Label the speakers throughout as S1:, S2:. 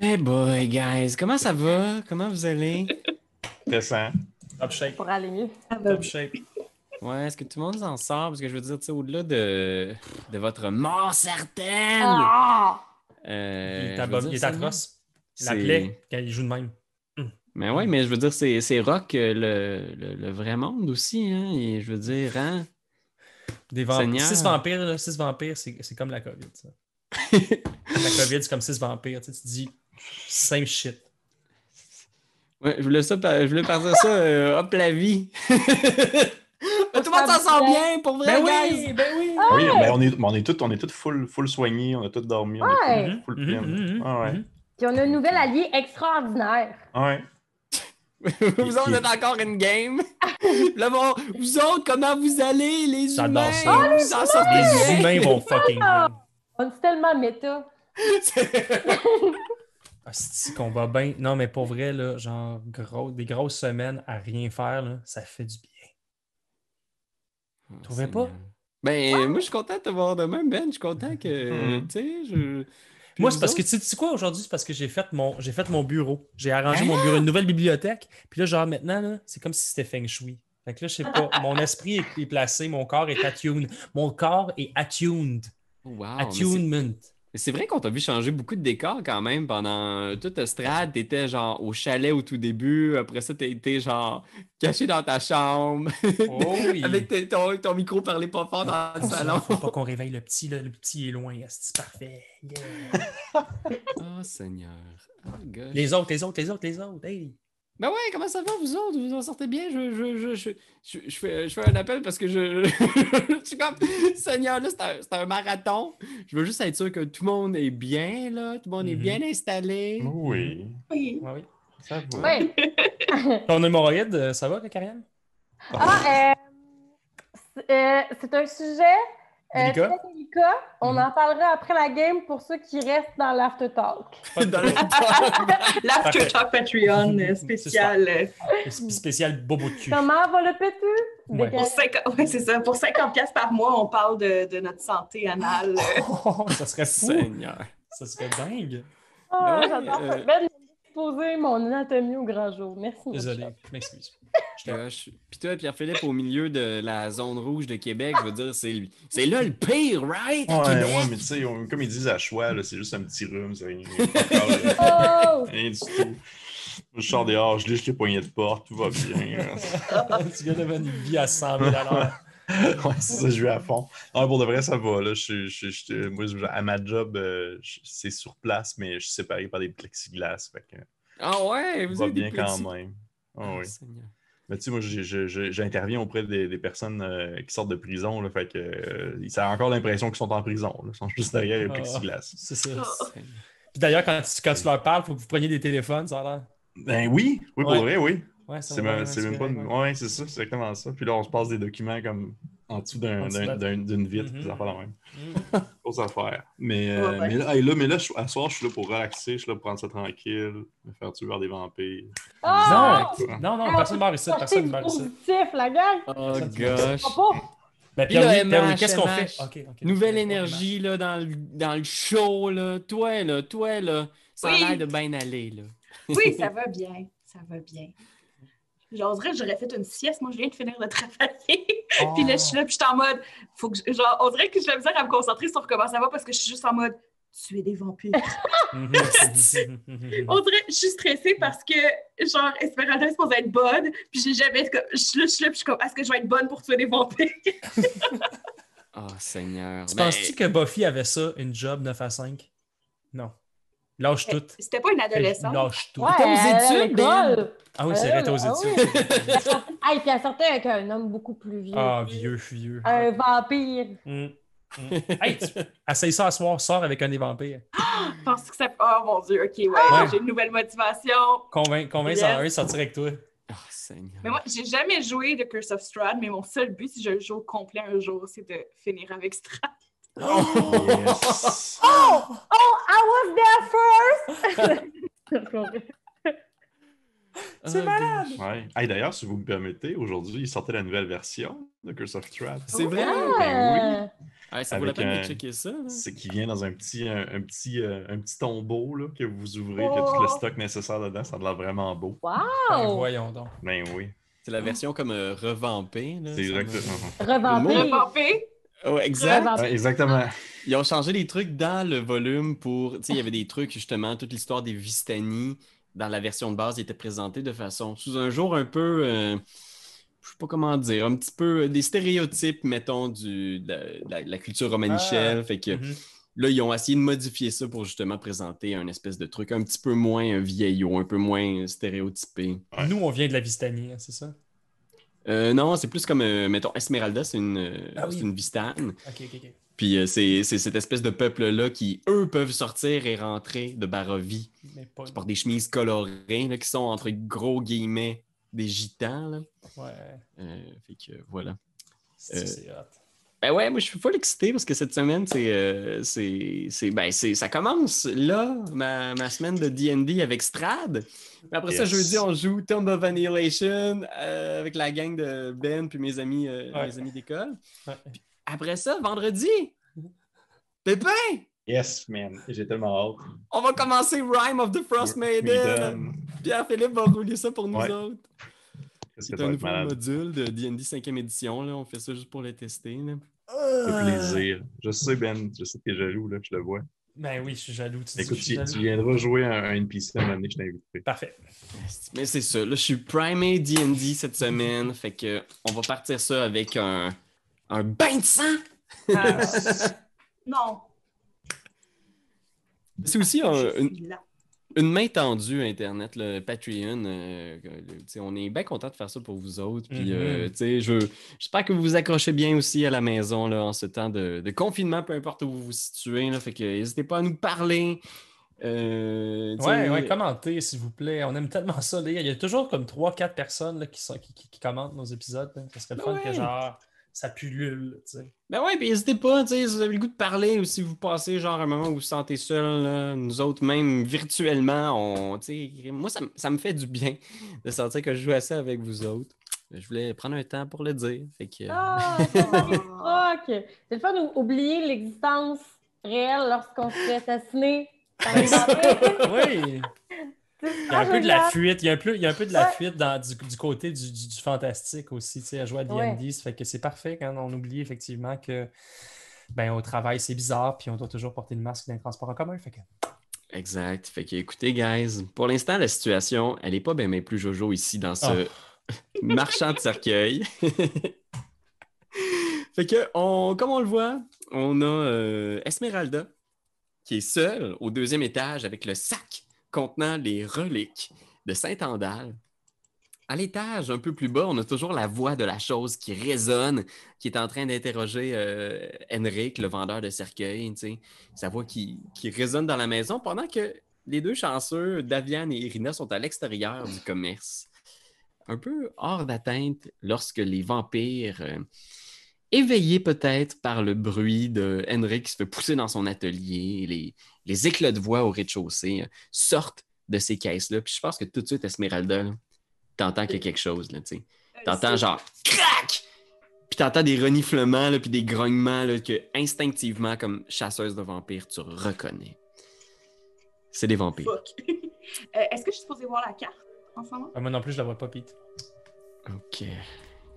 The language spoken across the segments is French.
S1: Hey boy, guys, comment ça va? Comment vous allez?
S2: Descends.
S3: Top shape.
S4: pour aller mieux.
S3: Top
S1: euh,
S3: shape.
S1: Ouais, est-ce que tout le monde s'en sort? Parce que je veux dire, tu sais, au-delà de, de votre mort certaine.
S4: Ah!
S1: euh,
S3: Il est
S1: je veux
S3: abob-
S1: dire,
S3: il est
S1: ça,
S3: atroce. La
S1: c'est-
S3: plaie, quand il joue de même.
S1: Mais ben ouais, mais je veux dire, c'est c'est rock euh, le, le, le vrai monde aussi, hein? Et je veux dire, hein?
S3: Des vampires.
S1: Seigneur.
S3: Six vampires, là, six vampires, c'est c'est comme la COVID. ça. la COVID, c'est comme six vampires. Tu sais, tu dis same shit.
S1: Ouais, je voulais ça, par- je voulais partir ça, euh, hop la vie. Mais tout le monde s'en sort bien, pour vrai, guys!
S3: ben oui.
S2: Oui, mais on est, mais on est tous on est tous full, full soignés, on a tous dormi, on est
S4: Ouais.
S2: tous
S3: Mhm,
S2: full plein. Ah ouais. Ah
S4: Puis on a une nouvelle alliée extraordinaire.
S2: Ouais.
S1: vous autres, vous êtes encore in game. Là, bon, vous autres, comment vous allez, les
S3: J'adore
S1: humains?
S3: ça.
S1: vous en sortez
S3: Oh, Les
S1: bien?
S3: humains vont fucking. bien.
S4: On est tellement méta.
S3: Ah, c'est qu'on va bien. Non, mais pour vrai, là, genre, gros, des grosses semaines à rien faire, là, ça fait du bien. Trouvez pas? Ah.
S1: Ben, moi, je suis content de te voir de même, Ben. Je suis content que,
S2: Mhm.
S1: tu sais, je...
S3: Hmm. Moi,
S1: Puis
S3: c'est parce
S1: vous
S3: que tu sais- tu sais quoi aujourd'hui? C'est parce que j'ai fait mon j'ai fait mon bureau. J'ai
S1: Hein?
S3: arrangé mon bureau, une nouvelle bibliothèque. Puis là, genre maintenant, là, c'est comme si c'était Feng Shui. Fait que là, je sais pas, mon esprit est, est placé, mon corps est attuned. Mon corps est attuned.
S1: autres- Wow, Ah, mais c'est-
S3: Attunement.
S1: mais c'est vrai qu'on t'a vu changer beaucoup de décors quand même pendant toute Estrade. T'étais genre au chalet au tout début. Après ça, t'as été genre caché dans ta chambre.
S3: Oh oui.
S1: Avec tes- ton, ton micro parlé pas fort dans
S3: Ah,
S1: le salon.
S3: Faut pas qu'on réveille le petit, là. le petit est loin. Asti, C'est parfait. Yeah.
S1: Oh Seigneur. Oh gosh.
S3: Les autres, les autres, les autres, les autres. Hey.
S1: Ben ouais, comment ça va vous autres? Vous en sortez bien? Je, je, je, je, je, je fais, je fais un appel parce que je. je suis comme Seigneur, là, c'est un, c'est un marathon. Je veux juste être sûr que tout le monde est bien, là. Tout le monde est
S3: Mhm.
S1: bien installé.
S2: Oui.
S5: Oui.
S3: Ouais, oui.
S2: Ça va.
S4: Oui.
S3: Ton hémorroïde, euh, ça va, Karianne?
S4: Ah, euh, c'est- euh, c'est un sujet euh,
S3: Délicat.
S4: très délicat. On
S3: Mhm.
S4: en parlera après la game pour ceux qui restent dans l'aftertalk.
S1: Dans la-
S3: Parfait.
S5: L'After Talk Patreon euh, spécial euh,
S3: Spécial bobo de cul.
S4: Comment va le pétu?
S3: Ouais.
S4: Des-
S5: pour 50 ouais, c'est ça. Pour 50 piastres par mois, on parle de, de notre santé anale. euh,
S3: Oh, ça serait fou.
S1: Seigneur.
S3: Ça serait dingue.
S4: Ah,
S1: Ouais,
S4: j'adore ça.
S1: euh,
S4: Ben, exposer mon anatomie au grand jour. Merci. mon
S3: Désolé,
S4: chat.
S3: je m'excuse.
S1: Gosh. Puis toi, Pierre-Philippe, au milieu de la zone rouge de Québec, je veux dire, c'est c'est là le pire, right?
S2: Ouais,
S1: Québec?
S2: ouais, mais tu sais, on- comme ils disent à choix, là, c'est juste un petit rhume, c'est rien, rien-
S4: Oh!
S2: rien du tout. Je sors dehors, je lèche les poignées de porte, tout va bien.
S3: Ah, tu viens d'avoir une vie à 100 000
S2: ouais, c'est ça, je vais à fond. Non, pour de vrai, ça va. Là. Je, suis- je, suis- je- moi, je- à ma job, euh, je- c'est sur place, mais je suis séparé par des plexiglas. Fait que,
S1: Ah ouais,
S2: ça
S1: vous
S2: va
S1: êtes
S2: bien
S1: des
S2: quand
S1: petits-
S2: même. Ah
S1: Oh,
S2: oui.
S1: Seigneur.
S2: Mais tu sais, moi, j'ai- j'ai- j'ai- j'interviens auprès des, des personnes euh, qui sortent de prison. Là, fait que, euh, ça a encore l'impression qu'ils sont en prison. là. Ils sont juste derrière les
S3: Ah.
S2: plexiglas.
S3: C'est ça.
S5: Oh.
S1: Seigneur.
S3: Puis d'ailleurs, quand tu, quand tu leur parles, faut que vous preniez des téléphones, ça a l'air.
S2: Ben oui, oui, pour
S3: Ouais.
S2: vrai, oui.
S3: Ouais, ça
S2: C'est
S3: va,
S2: même,
S3: ouais,
S2: c'est même pas.
S3: correct,
S2: une-
S3: ouais.
S2: Ouais, c'est ça, c'est exactement ça. Puis là, on se passe des documents comme en dessous d'un-
S3: En dessous de
S2: d'un-
S3: la-
S2: d'un- d'une vitre,
S3: Mhm.
S2: puis ça fait la même.
S3: Mm.
S2: Grosse affaire. Mais, euh,
S5: Ouais, ouais.
S2: mais là, hey, là, mais là je- à soir, je suis là pour relaxer, je suis là pour prendre ça tranquille, me faire tuer par des vampires.
S4: Oh!
S2: Ouais.
S3: Non, non,
S4: Ah,
S3: personne ne meurt ici,
S4: Sortez
S3: personne ne
S4: du
S3: meurt ici.
S4: positif, la gang!
S1: Oh,
S3: Ça, tu-
S1: gosh.
S4: Oh, pauvre.
S3: Mais
S1: Puis le
S3: Pierre-Louis,
S1: MH,
S3: Pierre-Louis, qu'est-ce qu'on fait?
S1: MH.
S3: Ok, ok.
S1: Nouvelle énergie là, dans, le, dans le show, là. toi, là, toi, là, ça
S5: Oui.
S1: a l'air de bien aller. Là.
S5: Oui, ça va bien. Ça va bien. J'oserais que j'aurais fait une sieste. Moi, je viens de finir de travailler.
S3: Ah.
S5: puis là, je suis là, puis je suis en mode. Faut que je- genre, on dirait que j'ai la misère à me concentrer sur comment ça va parce que je suis juste en mode. Tu es des vampires.
S3: Mhm.
S5: On dirait, je suis stressée parce que, genre, Esmeralda est supposée être bonne, puis j'ai jamais. comme- Je suis là, je suis là, puis je suis comme, est-ce que je vais être bonne pour tuer des vampires?
S1: Oh Seigneur.
S3: Tu
S1: Ben,
S3: penses-tu que Buffy avait ça, une job 9 à 5? Non. Lâche tout.
S5: C'était pas une adolescente.
S3: Lâche tout.
S4: Ouais,
S1: T'es aux
S4: elle est à
S1: études,
S4: l'école.
S3: Ah oui, c'est vrai, t'es aux
S4: Ah oui.
S3: études.
S4: Hey, puis elle sortait avec un homme beaucoup plus vieux.
S3: Ah, vieux, vieux.
S4: Un vampire.
S3: Mm. Mm. Hey, tu... essaye ça à soir, sors avec un des vampires.
S5: Je pense que ça. Oh mon Dieu, ok, ouais,
S3: Ouais.
S5: j'ai une nouvelle motivation.
S3: Convainc, convainc
S5: Yes.
S3: ça un de sortir avec toi.
S1: Oh Seigneur.
S5: Mais moi, j'ai jamais joué de Curse of Strahd, mais mon seul but, si je le joue au complet un jour, c'est de finir avec Strahd.
S2: Yes.
S4: Oh, I was there first!
S3: C'est
S1: Oh,
S3: malade!
S1: gosh.
S2: Ouais. Hey, D'ailleurs, si vous me permettez, aujourd'hui, il sortait la nouvelle version de Curse of Trap.
S3: Ben
S1: C'est vrai?
S4: Ah,
S1: Ouais, ça vaut la
S2: Avec
S1: peine
S2: un-
S1: de checker ça. là.
S2: Ben C'est qui vient dans un petit, un, un petit, euh, un petit tombeau là, que vous ouvrez, qu'il y a
S4: Oh!
S2: tout le stock nécessaire dedans. Ça a l'air vraiment beau.
S3: Ben,
S4: Wow!
S3: voyons donc.
S2: Ben oui.
S1: C'est la version comme euh, revampée. là,
S2: C'est
S1: ça me-
S2: exactement.
S1: Le
S5: Le
S4: Revampé.
S5: papé.
S1: Ouais, exact.
S4: Revampé.
S2: Ouais, exactement.
S1: Ils ont changé des trucs dans le volume pour. Tu sais, il y avait des trucs, justement, toute l'histoire des Vistani dans la version de base était présentée de façon. sous un jour un peu. euh, je sais pas comment dire, un petit peu euh, des stéréotypes, mettons, du, de, la, de la- de la culture
S3: Ah.
S1: romanichelle. Fait que
S3: Mhm.
S1: là, ils ont essayé de modifier ça pour justement présenter un espèce de truc un petit peu moins euh, vieillot, un peu moins euh, stéréotypé.
S2: Ouais.
S3: Nous, on vient de la Vistanie, hein, c'est ça?
S1: Euh, non, c'est plus comme, euh, mettons, Esmeralda, c'est une, euh,
S3: Ah oui.
S1: c'est une Vistane.
S3: Ok, ok, ok.
S1: Puis euh, c'est c'est cette espèce de peuple-là qui, eux, peuvent sortir et rentrer de Barovie.
S3: Mais pas.
S1: Ils portent des chemises colorées là, qui sont entre gros guillemets des gitans. Là.
S3: Ouais.
S1: Euh, fait que euh, voilà.
S3: C'est- C'est hot.
S1: Ben ouais, moi je suis full excité parce que cette semaine, c'est. euh, c'est- c'est- ben, c'est- ça commence là, ma, ma semaine de DD avec Strad. Mais après ça,
S2: Yes.
S1: jeudi, on joue Tomb of Annihilation euh, avec la gang de Ben puis mes amis, euh,
S3: Ouais.
S1: mes amis d'école.
S3: Ouais.
S1: Après ça, vendredi, Pépin!
S2: Yes, man. J'ai tellement hâte.
S1: On va commencer Rhyme of the Frost Maiden.
S2: Freedom.
S1: Pierre-Philippe va rouler ça pour nous
S2: Ouais.
S1: autres.
S2: Qu'est-ce
S1: C'est
S2: que ça
S1: un
S2: va être
S1: nouveau
S2: malade?
S1: module de D&D 5e édition. Là. On fait ça juste pour le tester. là.
S2: Le plaisir. Je sais, Ben. Je sais que t'es jaloux, là. Je le vois.
S3: Ben oui, je suis jaloux. Tu dis que
S2: Écoute,
S3: je suis
S2: tu,
S3: jaloux.
S2: tu viendras jouer à un NPC à un moment donné que je t'inviterai.
S3: Parfait.
S1: Mais Ah, c'est ça. Là, je suis primé D&D cette semaine. Fait que on va partir ça avec un, un bain de sang.
S5: Ah, non.
S1: C'est aussi un-
S5: Je
S1: Euh, une,
S5: suis là.
S1: une main tendue, Internet, le Patreon. euh, le- tu sais, on est bien content de faire ça pour vous autres. Puis,
S3: Mhm.
S1: euh, tu sais, je- j'espère que vous vous accrochez bien aussi à la maison là, en ce temps de, de confinement, peu importe où vous vous situez. Là, fait que n'hésitez pas à nous parler. Euh, tu
S3: Ouais,
S1: sais,
S3: ouais, commentez, s'il vous plaît. On aime tellement ça. lire. Il y a toujours comme 3-4 personnes là, qui, sont, qui, qui- qui commentent nos épisodes. hein. Ça serait le fun
S1: Ouais.
S3: que genre ça pullule. tu sais.
S1: Ben ouais, puis n'hésitez pas, tu sais, si vous avez le goût de parler ou si vous passez genre un moment où vous vous sentez seul, là, nous autres même virtuellement, on, tu sais, moi ça, me- ça me fait du bien de sentir que je joue à ça avec vous autres. Je voulais prendre un temps pour le dire. Fait que, euh,
S4: Ah, ça va les
S5: Euh,
S4: frocs. C'est le fun d'oublier l'existence réelle lorsqu'on se fait assassiner. par les vampires.
S3: Oui!
S4: C'est
S3: Ben, Il y a un peu de la
S4: génial.
S3: fuite. Il y a un peu, il y a un peu de la
S4: Ah, Ouais.
S3: fuite dans, du, du côté du, du- du fantastique aussi, tu sais, à jouer à D&D. Ça fait que c'est parfait quand on oublie effectivement que ben, au travail, c'est bizarre, puis on doit toujours porter le masque dans les transports en commun. Fait que...
S1: Exact. Fait que écoutez, guys, pour l'instant, la situation, elle est pas bien plus Jojo ici dans ce marchand de cercueil. fait que, on, comme on le voit, on a euh, Esmeralda qui est seule au deuxième étage avec le sac contenant les reliques de Saint-Andal. À l'étage, un peu plus bas, on a toujours la voix de la chose qui résonne, qui est en train d'interroger euh, Henrik, le vendeur de cercueil. tu sais sa voix qui, qui résonne dans la maison pendant que les deux chanceux, Davian et Irina, sont à l'extérieur du commerce. Un peu hors d'atteinte lorsque les vampires, euh, éveillés peut-être par le bruit de Henrik qui se fait pousser dans son atelier, les, les éclats de voix au rez-de-chaussée, euh, sortent de ces caisses-là. Puis je pense que tout de suite, Esmeralda, là, t'entends qu'il y a quelque chose, là, tu sais. T'entends genre crac! Puis t'entends des reniflements, là, puis des grognements là, que instinctivement, comme chasseuse de vampires, tu reconnais. C'est des vampires.
S5: Fuck. Euh, Est-ce que je suis supposée voir la carte en ce moment?
S3: Ah, moi non plus, je la vois pas, Pete.
S1: Ok.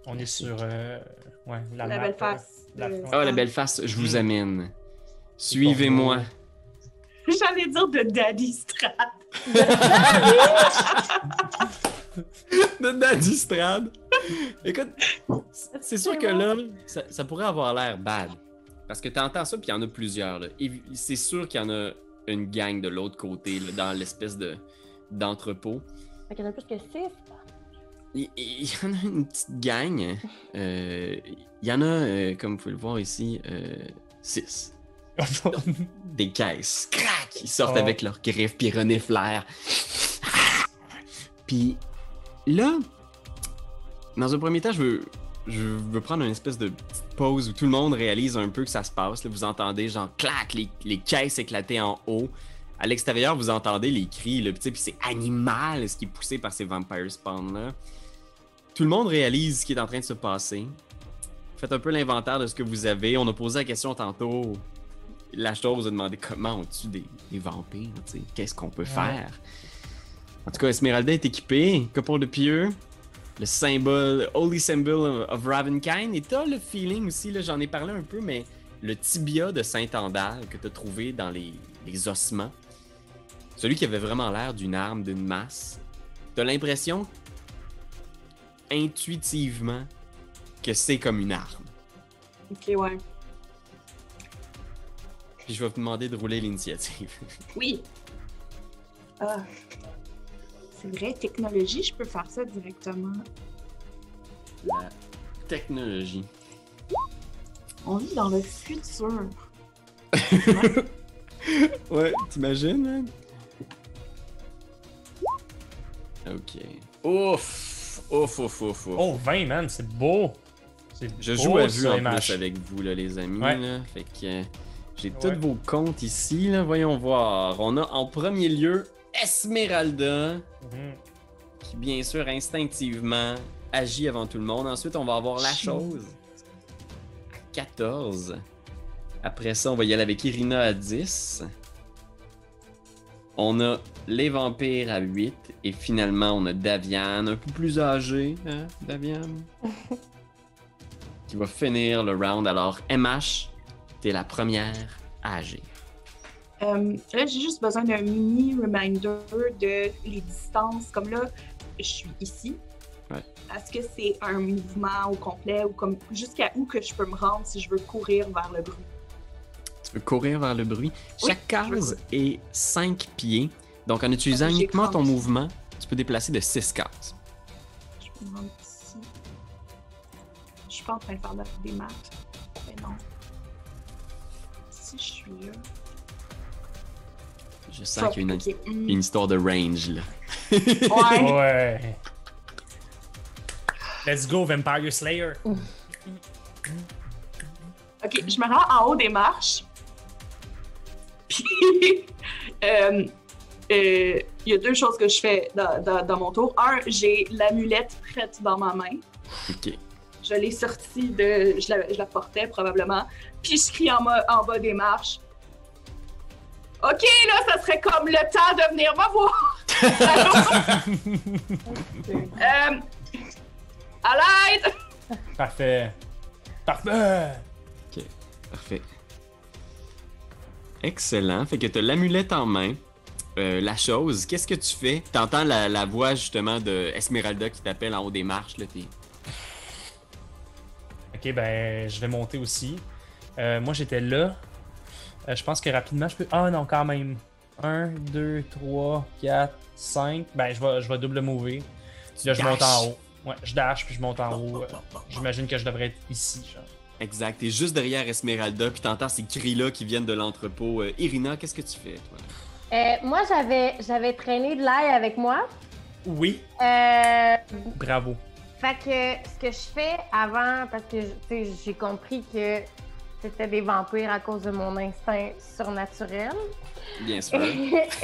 S3: On est sur euh, ouais, la,
S5: La,
S3: map, euh,
S5: belle face.
S3: la-
S5: de-
S1: Ah, la belle face, je vous
S3: Mm.
S1: amène. Suivez-moi.
S5: J'allais dire de Daddy Strat.
S1: de Daddy Strad. Écoute, c'est sûr que là, ça, ça pourrait avoir l'air bad. Parce que t'entends ça, puis il y en a plusieurs. là. Et C'est sûr qu'il y en a une gang de l'autre côté, là, dans l'espèce de d'entrepôt.
S4: Fait qu'il y en a plus que six.
S1: Il il y en a une petite gang. Euh, Il y en a, euh, comme vous pouvez le voir ici, euh, six.
S3: Oh non.
S1: Des caisses. Crac! Ils sortent
S3: Oh.
S1: avec leurs griffes, puis ils reniflèrent. puis là, dans un premier temps, je veux, je veux prendre une espèce de petite pause où tout le monde réalise un peu que ça se passe. là. vous entendez, genre, clac, les, les caisses éclater en haut. À l'extérieur, vous entendez les cris, là, puis tu sais, puis c'est animal ce qui est poussé par ces vampire spawn là. Tout le monde réalise ce qui est en train de se passer. Faites un peu l'inventaire de ce que vous avez. On a posé la question tantôt. La chose a demandé comment on tue des, des vampires, tu sais. Qu'est-ce qu'on peut faire? En tout cas, Esmeralda est équipée. Copon de pieux. Le symbole, Holy Symbol of Ravenkind. Et t'as le feeling aussi, là, j'en ai parlé un peu, mais le tibia de Saint-Andal que t'as trouvé dans les, les ossements. Celui qui avait vraiment l'air d'une arme, d'une masse. T'as l'impression, intuitivement, que c'est comme une arme.
S5: Ok, ouais.
S1: Puis je vais vous demander de rouler l'initiative.
S5: Oui. Ah. C'est vrai, technologie, je peux faire ça directement.
S1: La technologie.
S5: On vit dans le futur.
S1: Ouais, t'imagines, hein? Ok. Ouf! Ouf, ouf, ouf, ouf.
S3: Oh, 20, man, c'est beau. C'est
S1: Je
S3: beau,
S1: joue à
S3: ça,
S1: vue en
S3: Image.
S1: plus avec vous, là, les amis.
S3: Ouais.
S1: là. Fait que euh, j'ai
S3: Ouais.
S1: tous vos comptes ici. Là. Voyons voir. On a en premier lieu Esmeralda,
S3: Mhm.
S1: qui bien sûr instinctivement agit avant tout le monde. Ensuite, on va avoir la chose. à 14. Après ça, on va y aller avec Irina à 10. On a les vampires à 8. Et finalement, on a Davian, un peu plus âgé, hein, Davian? qui va finir le round. Alors, MH, t'es la première à agir.
S5: Euh, là, j'ai juste besoin d'un mini reminder de les distances. Comme là, je suis ici.
S1: Ouais.
S5: Est-ce que c'est un mouvement au complet ou comme jusqu'à où que je peux me rendre si je veux courir vers le bruit?
S1: Tu peux courir vers le bruit.
S5: Oui,
S1: Chaque
S5: je veux
S1: case est 5 pieds. Donc, en utilisant
S5: Ah, j'ai
S1: uniquement ton
S5: 30.
S1: mouvement, tu peux déplacer de 6 cases.
S5: Je peux me rendre ici. Je suis pas en train de faire de- des maths. Mais non. Si je suis là.
S1: Je sens qu'il y a une,
S5: Ok, hmm.
S1: une histoire de range, là.
S5: Ouais.
S3: Ouais. Let's go, Vampire Slayer.
S5: Ok, je me rends en haut des marches. Puis, euh, euh, il y a deux choses que je fais dans, dans- dans mon tour. Un, j'ai l'amulette prête dans ma main.
S1: Ok.
S5: Je l'ai sortie de. Je la, je la portais probablement. Puis, je crie en, mo- en bas des marches. Ok, là, ça serait comme le temps de venir me voir. Euh, à l'aide!
S3: Parfait. Parfait.
S1: Parfait. Excellent. Fait que t'as l'amulette en main. Euh, la chose, qu'est-ce que tu fais? T'entends la, la voix justement de Esmeralda qui t'appelle en haut des marches. Là, t'es-
S3: Ok, ben, je vais monter aussi. Euh, moi, j'étais là. Euh, je pense que rapidement, je peux. Ah non, quand même. 1, 2, 3, 4, 5. Ben, je vais, je vais double mover. Puis là, je
S1: dashes.
S3: monte en haut. Ouais, je dash, puis je monte en haut. Euh, J'imagine que je devrais être ici. genre.
S1: Exact. T'es juste derrière Esmeralda puis t'entends ces cris-là qui viennent de l'entrepôt. Euh, Irina, qu'est-ce que tu fais, toi?
S4: Euh, moi, j'avais, j'avais traîné de l'ail avec moi.
S3: Oui,
S4: Euh,
S3: bravo.
S4: fait que ce que je fais avant, parce que je- tu sais, j'ai compris que c'était des vampires à cause de mon instinct surnaturel.
S1: Bien sûr.
S5: Euh,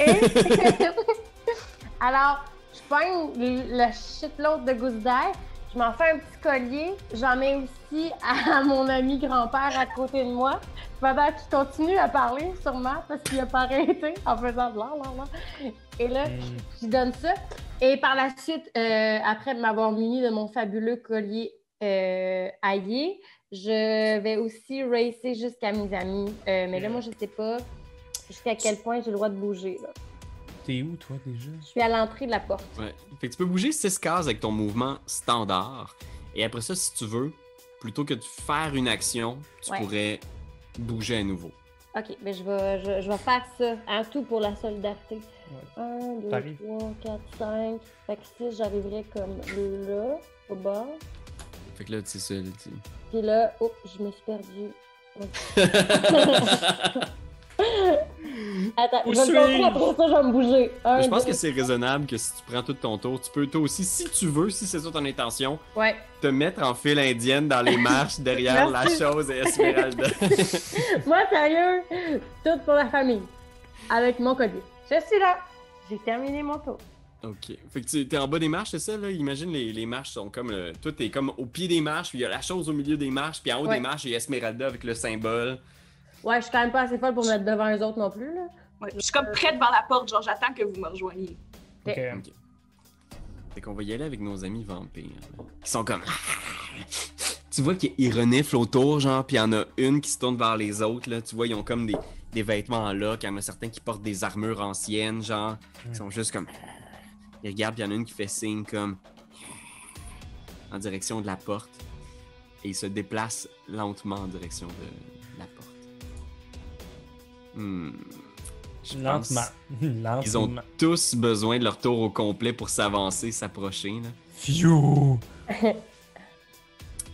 S4: Et- Alors, je pogne le shitload de gousses d'ail, je m'en fais un petit collier, j'en mets aussi à mon ami grand-père à côté de moi, pendant qu'il continue à parler, sûrement, parce qu'il a pas arrêté en faisant de là, là, là. Et là,
S3: Hmm.
S4: je lui donne ça. Et par la suite, euh, après m'avoir muni de mon fabuleux collier euh, haillé, je vais aussi racer jusqu'à mes amis. Euh, mais là, moi, je sais pas jusqu'à quel point j'ai le droit de bouger. là.
S3: T'es où, toi, déjà?
S4: Je suis à l'entrée de la porte.
S1: Ouais. Fait que tu peux bouger 6 cases avec ton mouvement standard. Et après ça, si tu veux, plutôt que de faire une action, tu
S4: Ouais.
S1: pourrais bouger à nouveau.
S4: OK, ben je vais, je, je vais faire ça. En tout pour la solidarité.
S3: Ouais.
S4: 1, 2, 3,
S3: T'arrives.
S4: 4, 5. Fait que si j'arriverais comme là, au bord.
S1: Fait que là, tu sais, ça, là, tu-
S4: Puis là, oh, je me suis perdue. Attends,
S3: Où
S4: je vais
S3: suis-je?
S4: me concentrer, après ça, je vais me bouger. Un,
S1: Mais je pense
S4: deux,
S1: que c'est raisonnable que si tu prends tout ton tour, tu peux toi aussi, si tu veux, si c'est ça ton intention,
S4: Ouais.
S1: te mettre en file indienne dans les marches derrière la
S4: Merci.
S1: chose et Esmeralda.
S4: Moi, sérieux, tout pour la famille. Avec mon collier. Je suis là. J'ai terminé mon tour.
S1: OK. Fait que tu es en bas des marches, c'est ça, là? Imagine, les, les marches sont comme... euh, tout est comme au pied des marches, puis il y a la chose au milieu des marches, puis en haut
S4: Ouais.
S1: des marches, il y a Esmeralda avec le symbole.
S4: Ouais, je suis quand même pas assez folle pour mettre devant les autres non plus, là.
S5: Ouais, je suis comme prête devant la porte, genre j'attends que vous me rejoigniez.
S3: Ok.
S1: Fait qu'on va y aller avec nos amis vampires. là, Qui sont comme. tu vois qu'ils reniflent autour, genre, puis il y en a une qui se tourne vers les autres, là. Tu vois, ils ont comme des, des vêtements en loques. Il y en a certains qui portent des armures anciennes, genre. Ils sont juste comme. Ils regardent, puis il y en a une qui fait signe comme. En direction de la porte. Et ils se déplacent lentement en direction de la porte. Hmm. Je pense-
S3: Lentement. Lentement.
S1: ils ont tous besoin de leur tour au complet pour s'avancer, s'approcher. là.
S3: Phew!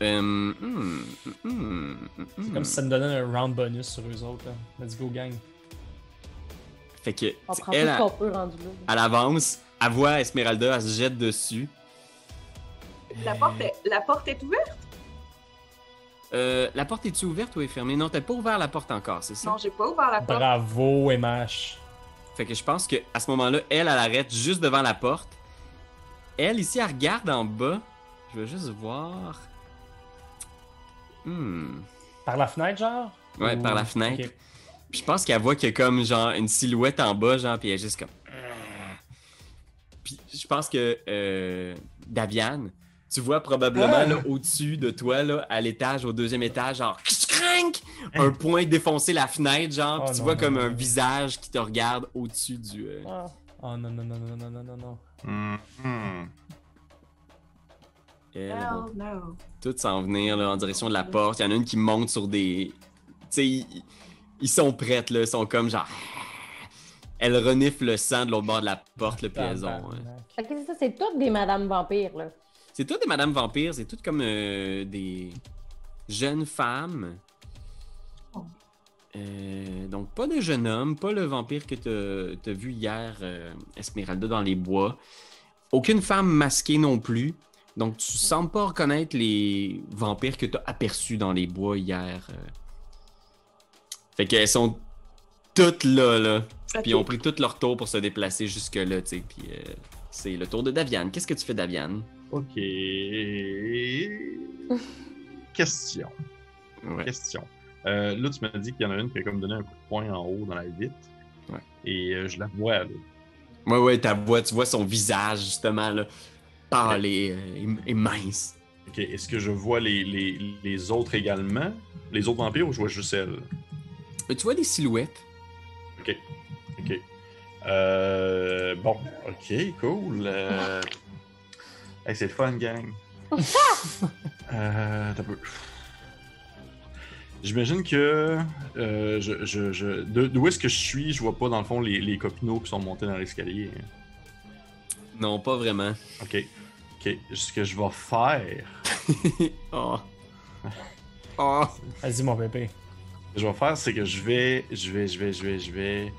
S1: Euh, hmm, hmm,
S3: C'est
S1: hmm.
S3: comme si ça me donnait un round bonus sur eux autres. là. Let's go, gang.
S1: Fait que,
S4: On
S1: t'sais,
S4: prend
S1: elle,
S4: tout
S1: à
S4: ce qu'on peut rendu là.
S1: l'avance, elle voit Esmeralda, elle se jette dessus.
S5: La porte est, la porte est ouverte?
S1: Euh, la porte est-tu ouverte ou est fermée? Non, t'as pas ouvert la porte encore, c'est ça?
S5: Non, j'ai pas ouvert la porte.
S3: Bravo, MH.
S1: Fait que je pense que à ce moment-là, elle, elle arrête juste devant la porte. Elle, ici, elle regarde en bas. Je veux juste voir. Hmm.
S3: Par la fenêtre, genre?
S1: Ouais,
S3: Ou-
S1: par la fenêtre.
S3: Ok.
S1: Puis je pense qu'elle voit qu'il y a comme genre une silhouette en bas, genre, puis elle est juste comme. euh. Puis je pense que euh, Daviane, tu vois probablement
S3: Ah!
S1: là, au-dessus de toi, là, à l'étage, au deuxième étage, genre, crank, un point défoncé la fenêtre, genre,
S3: Oh
S1: puis tu
S3: non,
S1: vois
S3: non,
S1: comme
S3: non,
S1: un
S3: non.
S1: visage qui te regarde au-dessus du. euh,
S4: Ah.
S3: Oh non, non, non, non, non, non, non, non.
S2: Hum, hum.
S1: elle, elle va
S5: Hell no.
S1: toutes s'en venir là, en direction de la porte. Il y en a une qui monte sur des. Tu sais, ils, ils sont prêtes, là. Ils sont comme genre. Elles reniflent le sang de l'autre bord de la porte, le hein. piaison.
S3: Tabarnak.
S4: Fait que c'est ça, c'est toutes des madames vampires, là.
S1: C'est toutes des madames vampires, c'est toutes comme euh, des jeunes femmes.
S5: Oh.
S1: Euh, donc, pas de jeune homme, pas le vampire que t'as- t'as vu hier, euh, Esmeralda, dans les bois. Aucune femme masquée non plus. Donc, tu sembles pas reconnaître les vampires que t'as aperçus dans les bois hier. euh. Fait qu'elles sont toutes là, là.
S5: Ok.
S1: Puis ils ont pris tout leur tour pour se déplacer jusque-là, tu sais. Puis euh, c'est le tour de Daviane. Qu'est-ce que tu fais, Daviane?
S2: Ok. Question.
S1: Ouais.
S2: Question. Euh, là, tu m'as dit qu'il y en a une qui a comme donné un coup de poing en haut dans la vitre.
S1: Ouais.
S2: Et euh, je la vois, là.
S1: Ouais, ouais, ta voix, tu vois son visage, justement, là, pâle et, euh, et- et mince.
S2: Ok, est-ce que je vois les, les, les autres également? Les autres vampires ou je vois juste elle?
S1: Mais tu vois des silhouettes.
S2: Ok. Ok. Euh, bon, ok, cool. Euh... hey, c'est le fun, gang. euh, t'as peu. J'imagine que. euh, je, je, je... de- D'où est-ce que je suis? Je vois pas, dans le fond, les, les copineaux qui sont montés dans l'escalier. hein.
S1: Non, pas vraiment.
S2: Ok. Ok. Ce que je vais faire.
S1: oh. Oh.
S3: Vas-y, mon bébé.
S2: je vais faire, c'est que je vais, je vais, je vais, je vais, je vais,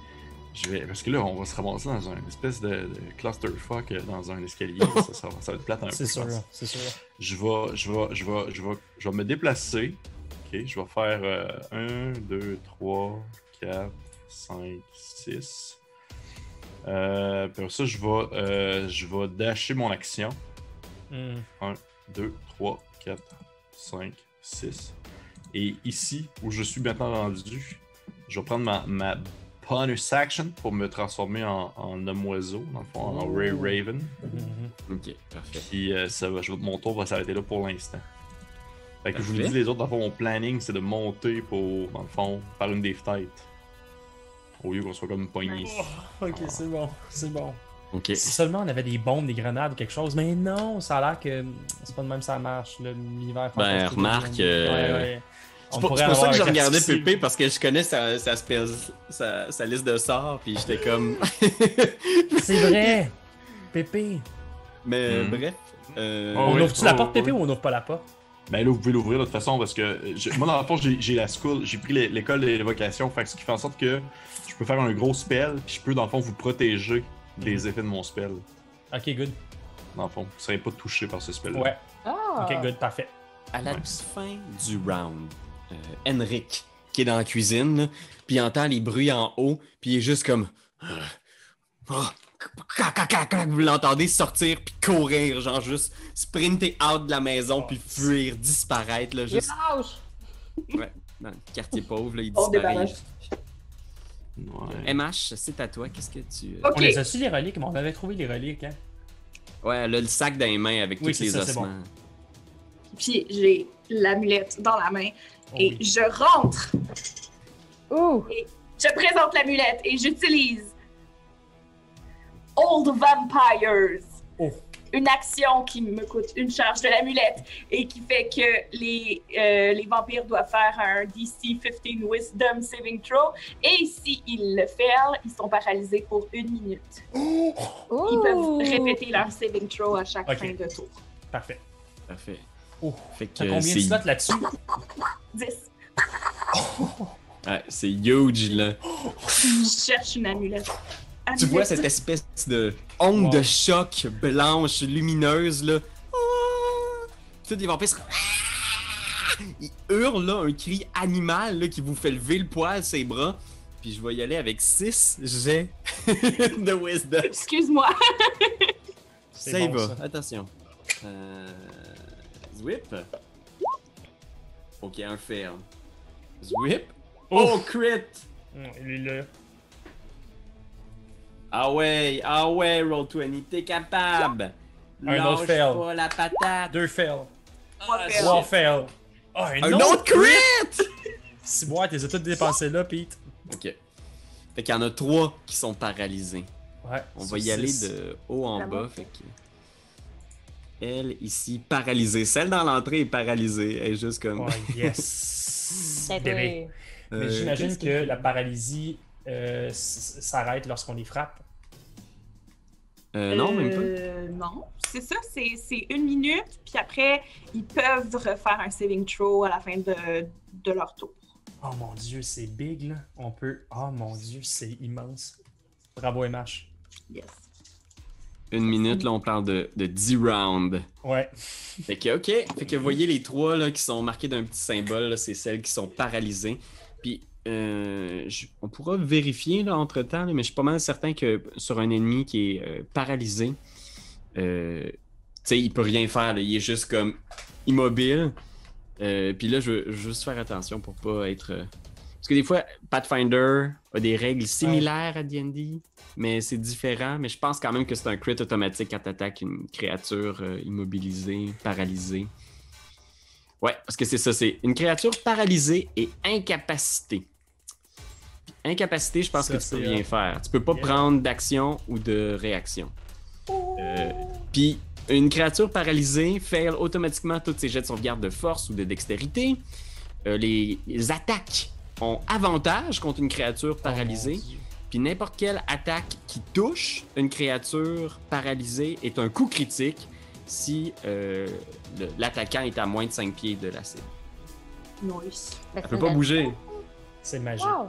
S2: je vais, parce que là, on va se ramasser dans une espèce de, de clusterfuck euh, dans un escalier. ça, ça, va- ça va être plate un peu.
S3: C'est
S2: je
S3: sûr,
S2: pense.
S3: là, c'est sûr.
S2: Je vais, je vais, je vais, je vais, je vais me déplacer. Ok, je vais faire euh, 1, 2, 3, 4, 5, 6. Euh, pour ça, je vais, euh, je vais dasher mon action.
S1: Hum,
S3: Hmm.
S2: 2, 3, 4, 5, 6. Et ici, où je suis maintenant rendu, je vais prendre ma, ma bonus action pour me transformer en, en homme oiseau, dans le fond, en
S3: Ooh.
S2: Ray Raven.
S1: hum,
S3: Mhm.
S1: Ok, parfait.
S2: Puis euh, ça va- je vais- mon tour va s'arrêter là pour l'instant. Fait que je vous le dis,
S1: Parfait.
S2: les autres, dans le fond, mon planning, c'est de monter pour, dans le fond, par une des fenêtres. Au lieu qu'on soit comme poigné.
S5: Nice.
S3: Oh, ok, c'est bon, c'est bon.
S1: Ok.
S3: Si seulement on avait des bombes, des grenades ou quelque chose, mais non, ça a l'air que c'est pas de même ça marche, là, l'univers.
S1: Ben,
S3: fantastique.
S1: remarque,
S3: Ouais,
S1: euh,
S3: ouais.
S1: C'est
S3: On
S1: pour,
S3: pourrait
S1: c'est pour ça
S3: avoir
S1: que je
S3: un
S1: regardais
S3: artificier.
S1: Pépé parce que je connais sa, sa, spell- sa- sa liste de sorts, puis j'étais comme.
S3: C'est vrai! Pépé!
S1: Mais
S2: Hmm.
S1: bref. euh,
S2: Oh,
S3: on
S2: oui.
S3: ouvre-tu la
S2: Oh,
S3: porte, Pépé,
S2: oui.
S3: ou on ouvre pas la porte?
S2: Ben là, vous pouvez l'ouvrir de toute façon parce que euh, je- moi, dans le fond, j'ai j'ai la school, j'ai pris l'é- l'école de l'évocation, fait que ce qui fait en sorte que je peux faire un gros spell, puis je peux, dans le fond, vous protéger des effets de mon spell.
S3: Ok, good.
S2: Dans le fond, vous serez pas touché par ce
S1: Euh.
S2: spell-là.
S3: Ouais,
S4: Ah!
S3: ok, good, parfait.
S1: À la
S2: Ouais.
S1: fin du round, euh, Henrik, qui est dans la cuisine, là, puis il entend les bruits en haut, puis il est juste comme. Ah, ah, clac, clac, clac, vous l'entendez sortir puis courir, genre juste sprinter out de la maison puis fuir, disparaître, là, juste
S4: Lâche!
S1: dans le quartier pauvre, là, il
S5: On
S1: disparaît.
S5: débarrasse.
S2: Ouais.
S1: MH, c'est à toi, qu'est-ce que tu. euh,
S5: Ok.
S3: On les a su, les reliques, mais on avait trouvé les reliques. Hein?
S1: Ouais, elle a le sac dans les mains avec
S3: Oui,
S1: tous
S3: c'est
S1: les
S3: ça, c'est
S1: ossements.
S5: Puis j'ai l'amulette dans la main
S3: Oh
S5: et
S3: oui.
S5: je rentre.
S4: Ouh!
S5: Je présente l'amulette et j'utilise Old Vampires.
S3: Oh.
S5: Une action qui me coûte une charge de l'amulette et qui fait que les, euh, les vampires doivent faire un DC 15 Wisdom Saving Throw. Et s'ils le fail, ils sont paralysés pour une minute.
S4: Ouh!
S5: Ils peuvent répéter leur saving throw à chaque
S3: Ok.
S5: fin de tour.
S3: Parfait.
S1: Parfait.
S3: Oh.
S1: Fait que
S3: T'as combien de
S1: Euh, c'est
S3: slots là-dessus?
S5: 10.
S1: ouais, c'est huge, là.
S5: Je cherche une amulette.
S1: Tu vois
S5: Amulette.
S1: cette espèce de onde
S3: Wow.
S1: de choc blanche, lumineuse, là. Ah! Tous les vampires se- Ah! Ils hurlent, là, un cri animal, là, qui vous fait lever le poil, ses bras. Puis je vais y aller avec 6 jets de wisdom.
S5: Excuse-moi.
S3: C'est
S1: Ça y
S3: bon,
S1: va,
S3: ça.
S1: attention. Euh... Zwip. Ok, un fail. Zwip. Oh, crit!
S3: Hum, Il est là.
S1: Ah ouais, ah ouais, Roll20, t'es capable!
S3: Un autre
S1: Lâche
S3: fail.
S1: pas la patate!
S3: Deux fails.
S5: Trois fails.
S3: Trois fails. Ah, un,
S1: Un autre crit!
S3: Si moi, t'es toutes dépensées là, Pete.
S1: Ok. Fait qu'il y en a trois qui sont paralysés.
S3: Ouais.
S1: On
S3: sur
S1: va y
S3: six.
S1: aller de haut en
S5: Vraiment.
S1: bas. Fait que... Elle, ici, paralysée. Celle dans l'entrée est paralysée. Elle est juste comme...
S3: Oh, yes.
S4: Ben
S3: Bébé.
S4: oui.
S3: Mais
S1: Euh,
S3: j'imagine
S1: qu'est-ce
S3: que la paralysie euh, s- s'arrête lorsqu'on les frappe.
S1: Euh, non, même pas.
S5: Euh, Non, c'est ça, c'est c'est une minute, puis après, ils peuvent refaire un saving throw à la fin de, de leur tour.
S3: Oh mon dieu, c'est big là. On peut. Oh mon dieu, c'est immense. Bravo MH.
S5: Yes.
S1: Une minute, là, on parle de, de 10 rounds.
S3: Ouais.
S1: Fait que, ok. Fait que, vous voyez les trois là, qui sont marqués d'un petit symbole, là, c'est celles qui sont paralysées. Puis, euh, je- on pourra vérifier là, entre temps, mais je suis pas mal certain que sur un ennemi qui est euh, paralysé, euh, tu sais, il peut rien faire. là, il est juste comme immobile. Euh, puis là, je veux je veux juste faire attention pour pas être. euh, Parce que des fois, Pathfinder a des règles similaires à DD, mais c'est différent. Mais je pense quand même que c'est un crit automatique quand t'attaques une créature euh, immobilisée, paralysée. Ouais, parce que c'est ça, c'est une créature paralysée et incapacitée. Puis Incapacité, je pense
S3: Ça,
S1: que tu peux
S3: c'est,
S1: rien
S3: euh,
S1: faire. Tu peux pas
S3: yeah.
S1: prendre d'action ou de réaction. Euh, Puis une créature paralysée fail automatiquement toutes ses jets de sauvegarde de force ou de dextérité. Euh, les, les attaques ont avantage contre une créature paralysée.
S3: Oh, mon Dieu.
S1: Puis n'importe quelle attaque qui touche une créature paralysée est un coup critique si euh, le- l'attaquant est à moins de 5 pieds de la cible.
S5: Nice.
S4: Ben,
S1: Elle
S4: c'est
S1: peut pas
S4: la-
S1: bouger.
S3: C'est magique.
S4: Wow!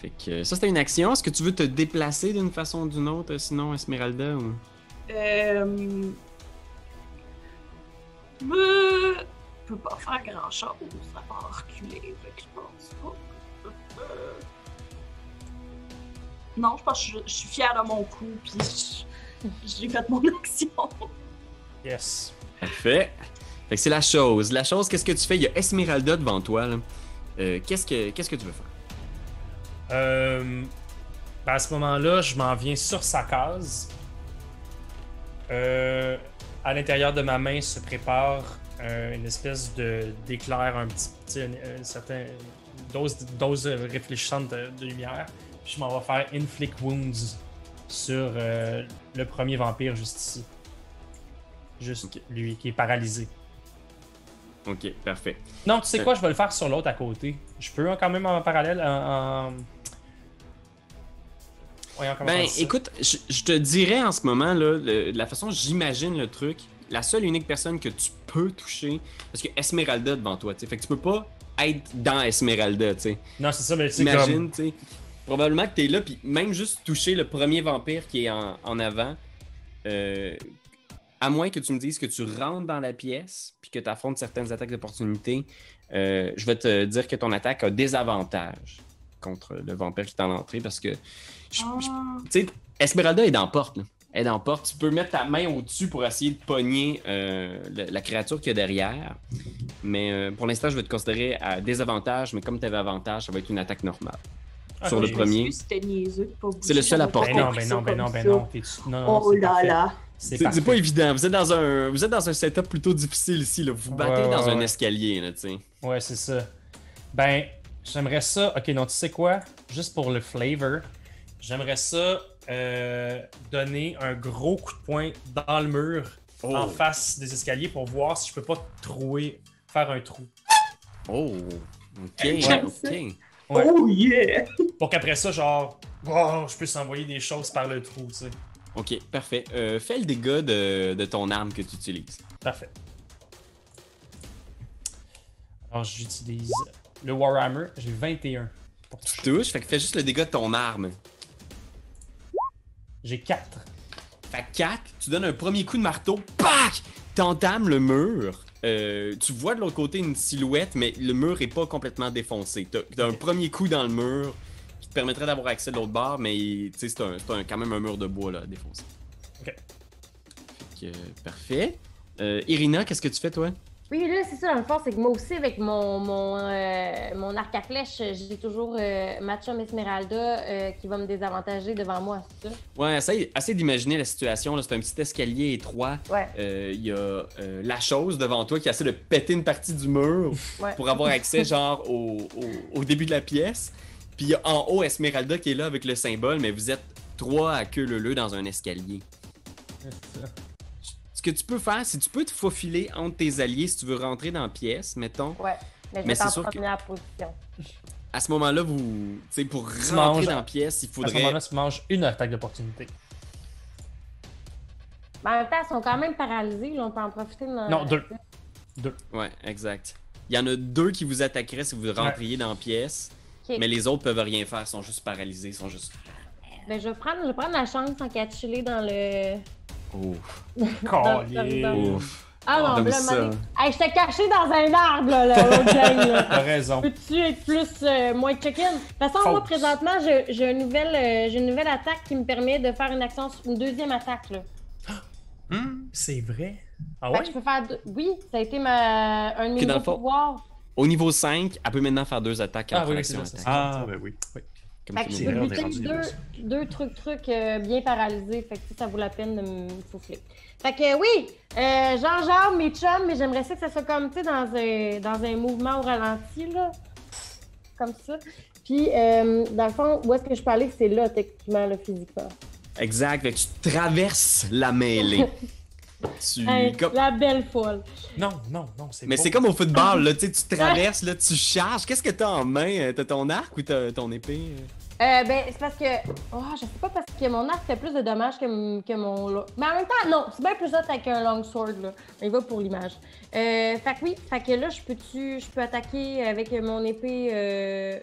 S1: Fait que euh, ça, c'était une action. Est-ce que tu veux te déplacer d'une façon ou d'une autre, euh, sinon, Esmeralda? Ou...
S5: Euh... euh, Je peux pas faire grand-chose, à part reculer, fait que je pense pas. que- euh, Non, je pense que je, je suis fière de mon coup, puis je- j'ai fait mon action.
S3: Yes.
S1: Parfait. Fait que c'est la chose. La chose, qu'est-ce que tu fais? Il y a Esmeralda devant toi. là. Euh, qu'est-ce, que, qu'est-ce que tu veux faire?
S3: Euh, ben, à ce moment-là, je m'en viens sur sa case. Euh, à l'intérieur de ma main se prépare euh, une espèce de d'éclair, un petit, tu sais, une, euh, une certaine dose, dose réfléchissante de, de lumière. Puis je m'en vais faire Inflict Wounds sur euh, le premier vampire juste ici. Juste
S1: Ok.
S3: lui qui est paralysé.
S1: Ok, parfait.
S3: Non, tu sais
S1: Euh.
S3: quoi, je vais le faire sur l'autre à côté. Je peux hein, quand même en parallèle. En, en- Voyons comment
S1: Ben
S3: faire ça.
S1: écoute, je, je te dirais en ce moment, là, le- de la façon dont j'imagine le truc, la seule et unique personne que tu peux toucher, parce que Esmeralda devant toi, tu sais, fait que tu peux pas être dans Esmeralda, tu sais.
S3: Non, c'est ça, mais c'est
S1: Imagine,
S3: comme.
S1: tu sais. Probablement que t'es là, puis même juste toucher le premier vampire qui est en, en avant, euh, à moins que tu me dises que tu rentres dans la pièce, puis que tu affrontes certaines attaques d'opportunité, euh, je vais te dire que ton attaque a des avantages. contre le vampire qui est en entrée parce que. je- je-
S5: Ah.
S1: Tu sais, Esmeralda est dans la porte. là. Elle est dans la porte. Tu peux mettre ta main au-dessus pour essayer de pogner euh, le- la créature qu'il y a derrière. Mais euh, pour l'instant, je vais te considérer à désavantage, mais comme tu avais avantage, ça va être une attaque normale. Sur
S3: Ok.
S1: le premier.
S5: C'était niaiseux de pas bouger.
S1: C'est le seul à
S5: J'avais
S1: porter.
S3: Ben non,
S5: compris
S3: ben
S5: ça
S3: non, ben
S5: comme
S3: non, ben
S5: ça.
S3: non. t'es- non, non,
S5: Oh
S3: c'est
S5: là
S3: parfait.
S5: là.
S3: C'est
S1: C'est c'est pas
S3: parfait.
S1: évident. Vous êtes dans un, vous êtes dans un setup plutôt difficile ici. là. Vous vous battez
S3: Ouais, ouais,
S1: dans un
S3: ouais.
S1: escalier, là, tu sais.
S3: Ouais, c'est ça. Ben, j'aimerais ça. Ok, non, tu sais quoi? Juste pour le flavor, j'aimerais ça euh, donner un gros coup de poing dans le mur
S1: Oh.
S3: en face des escaliers pour voir si je peux pas trouer, faire un trou.
S1: Oh, ok,
S5: J'aime ça.
S1: ok.
S3: Ouais.
S5: Oh yeah!
S3: Pour qu'après ça, genre, oh, je puisse envoyer des choses par le trou, tu sais.
S1: Ok, parfait. Euh, fais le dégât de, de ton arme que tu utilises.
S3: Parfait. Alors, j'utilise le Warhammer. J'ai 21 pour
S1: Tu
S3: toucher.
S1: touches, fait que fais juste le dégât de ton arme.
S3: J'ai 4.
S1: Fait que 4, tu donnes un premier coup de marteau, PAC! T'entames le mur. Euh, tu vois de l'autre côté une silhouette, mais le mur est pas complètement défoncé. T'as t'as un premier coup dans le mur qui te permettrait d'avoir accès de l'autre barre, mais tu sais, c'est un- c'est un- quand même un mur de bois là, défoncé.
S3: Ok.
S1: Fait que, euh, parfait. Euh, Irina, qu'est-ce que tu fais toi?
S4: Oui, là, c'est ça, dans le fond, c'est que moi aussi, avec mon, mon, euh, mon arc à flèche, j'ai toujours euh, ma chum Esmeralda euh, qui va me désavantager devant moi, c'est ça?
S1: Ouais, essaye, essaye d'imaginer la situation. là. C'est un petit escalier étroit.
S4: Ouais.
S1: Euh, Il y a euh, la chose devant toi qui essaie de péter une partie du mur
S4: Ouais.
S1: pour avoir accès, genre, au, au- au début de la pièce. Puis il y a en haut Esmeralda qui est là avec le symbole, mais vous êtes trois à queue leu dans un escalier. Ce que tu peux faire, c'est que tu peux te faufiler entre tes alliés si tu veux rentrer dans la pièce, mettons.
S4: Ouais. Mais je
S1: Mais
S4: vais
S1: c'est
S4: en
S1: sûr que-
S4: première position.
S1: À ce moment-là, vous, tu sais, pour
S3: Tu
S1: rentrer
S3: manges-
S1: dans la pièce, il
S3: À ce
S1: faudrait.
S3: moment-là, tu manges une attaque d'opportunité.
S4: Mais en même temps, ils sont quand même paralysés, là, on peut en profiter. de-
S3: Non, deux.
S1: Ouais, exact. Il y en a deux qui vous attaqueraient si vous rentriez dans la pièce.
S4: Ok.
S1: Mais les autres peuvent rien faire, sont juste paralysés, sont juste.
S4: Ben, je, vais prendre, je vais prendre la chance en cas de chiller dans le.
S1: Ouf.
S3: Collier.
S1: Ouf.
S4: Ah non,
S1: Comme
S4: là,
S1: ça.
S4: mané. Hey, j'étais caché dans un arbre, là, là, l'autre gang, là.
S3: T'as raison.
S4: Peux-tu être plus, euh, moins chicken? De toute façon, moi,
S3: Fausse.
S4: présentement, je- j'ai une, nouvelle, euh, j'ai une nouvelle attaque qui me permet de faire une action, une deuxième attaque. Là.
S3: C'est vrai? Ah
S4: Fait
S3: ouais?
S4: que je peux faire deux- Oui, ça a été ma... un de mes
S1: Que dans le
S4: nouveaux
S1: fond-
S4: pouvoirs.
S1: Au niveau 5, elle peut maintenant faire deux attaques
S3: Ah
S1: en
S3: oui,
S1: action
S3: oui, c'est ça,
S1: attaque.
S2: Ah, ben oui.
S1: Comme
S4: Fait
S1: tout le
S4: que je
S2: c'est
S1: monde.
S4: peux
S2: vrai, on est
S4: buter
S2: rendu
S4: deux,
S2: niveau ça.
S4: deux trucs, trucs euh, bien paralysés. Fait que ça, ça vaut la peine de me souffler. Fait que euh, oui, euh, genre, mes chums, mais j'aimerais ça que ça soit comme, tu sais, dans un, dans un mouvement au ralenti, là. Comme ça. Puis, euh, dans le fond, où est-ce que je peux aller? C'est là, techniquement, là, physiquement.
S1: Exact, fait que tu traverses la mêlée. tu...
S4: Hey,
S1: comme-
S4: La belle folle.
S3: Non, non, non, c'est
S1: Mais
S3: beau.
S1: c'est comme au football, là, tu sais, tu traverses, là, tu charges. Qu'est-ce que t'as en main? euh, T'as ton arc ou t'as ton épée? euh?
S4: Euh, ben, c'est parce que. Oh, je sais pas, parce que mon arc fait plus de dommages que, m- que mon. lo- Mais en même temps, non, c'est bien plus hot avec un longsword, là. Mais il va pour l'image. Euh, fait que oui, fait que là, je peux-tu. Je peux attaquer avec mon épée, euh,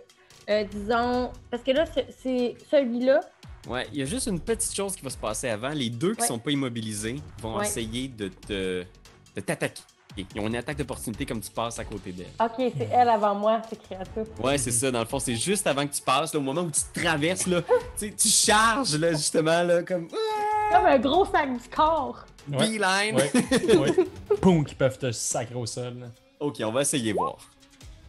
S4: euh, disons. Parce que là, c'est- c'est celui-là.
S1: Ouais, il y a juste une petite chose qui va se passer avant. Les deux qui
S4: Ouais.
S1: sont pas immobilisés vont
S4: Ouais.
S1: essayer de te- de t'attaquer. Ils ont une attaque d'opportunité comme tu passes à côté d'elle.
S4: Ok, c'est elle avant moi, c'est créature.
S1: Ouais, c'est ça. Dans le fond, c'est juste avant que tu passes, là, au moment où tu traverses, là, tu sais, tu charges, là, justement, là, comme
S4: Comme un gros sac du corps.
S3: Ouais.
S1: beeline.
S3: Ouais. ouais. Boum, qui peuvent te sacrer au sol. là.
S1: Ok, on va essayer voir.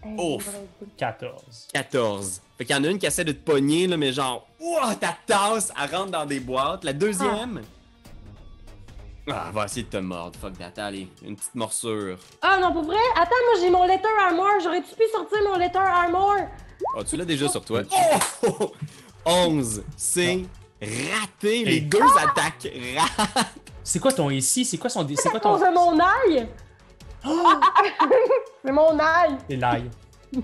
S4: Hey,
S1: Ouf.
S4: c'est vrai, c'est-
S3: 14.
S1: 14. Fait qu'il y en a une qui essaie de te pogner, là, mais genre, ouah, ta tasse, elle rentre dans des boîtes. La deuxième. Ah, elle va essayer de te mordre. Fuck that. Allez, une petite morsure.
S4: Ah non, pour vrai? Attends, moi j'ai mon letter armor. J'aurais-tu pu sortir mon letter armor?
S1: Ah, tu l'as déjà sur toi. Oh! 11. C'est raté. Les
S3: Et-
S1: deux attaques ratent.
S3: C'est quoi ton ici? C'est quoi son. C'est quoi
S4: À cause de
S3: ton.
S4: mon œil? c'est mon œil.
S3: C'est l'ail.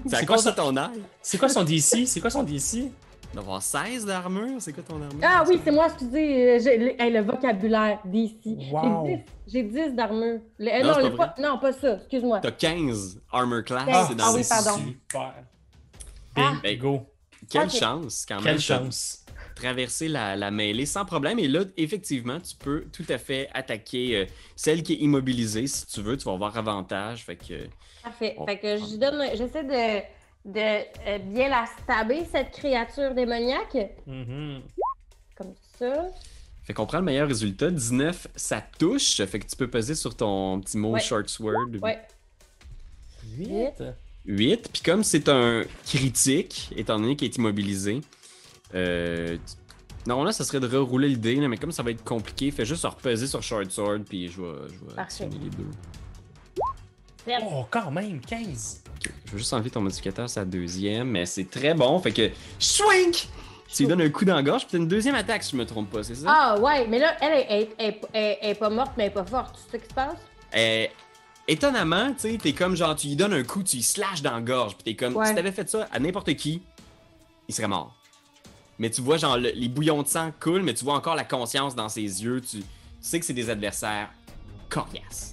S1: C'est à
S3: C'est quoi
S1: cause de
S3: ça?
S1: ton âge?
S3: C'est quoi son DC? C'est quoi son DC?
S1: D'avoir 16 d'armure? C'est quoi ton armure?
S4: Ah oui, c'est moi, excusez. euh, j'ai- le, hey, le vocabulaire d'ici.
S3: Wow.
S4: J'ai 10 J'ai 10 d'armure. Le- eh,
S1: Non,
S4: non,
S1: c'est
S4: le
S1: pas vrai.
S4: po- non, pas ça, excuse-moi.
S1: T'as 15 armor class,
S4: Ah,
S1: c'est
S4: ah
S1: dans
S4: oui,
S1: les
S4: pardon.
S3: Super.
S4: Ah.
S3: Bingo.
S1: Quelle
S4: Ok.
S1: chance, Ben, quand même.
S3: Quelle
S1: de
S3: chance.
S1: Traverser la, la mêlée sans problème. Et là, effectivement, tu peux tout à fait attaquer euh, celle qui est immobilisée si tu veux. Tu vas avoir avantage. Fait que.
S4: Parfait.
S1: On-
S4: Fait que je donne, j'essaie de de euh, bien la stabber, cette créature démoniaque.
S3: Mhm.
S4: Comme ça.
S1: Fait qu'on prend le meilleur résultat. 19, ça touche. Fait que tu peux peser sur ton petit mot
S4: Ouais.
S1: short sword.
S4: Ouais.
S3: Vite.
S1: 8. Puis comme c'est un critique, étant donné qu'il est immobilisé, euh, tu- normalement, ça serait de rerouler l'idée, là, mais comme ça va être compliqué, fais juste repaiser sur Shard Sword, puis je vais, je vais
S4: Parfait.
S1: additionner les deux.
S3: Oh, quand même, 15.
S1: Je vais juste enlever ton modificateur, c'est la deuxième, mais c'est très bon. Fait que, swink! Tu lui donnes un coup d'engorge, puis t'as une deuxième attaque, si je me trompe pas, c'est ça?
S4: Ah ouais, mais là, elle est, elle, elle- elle- elle est pas morte, mais elle est pas forte. C'est ça qui se passe?
S1: Euh, étonnamment, tu sais, t'es comme genre, tu lui donnes un coup, tu lui slashes dans la gorge, pis t'es comme,
S4: Ouais.
S1: si t'avais fait ça à n'importe qui, il serait mort. Mais tu vois, genre, le- les bouillons de sang coulent, mais tu vois encore la conscience dans ses yeux, tu, tu sais que c'est des adversaires coriaces.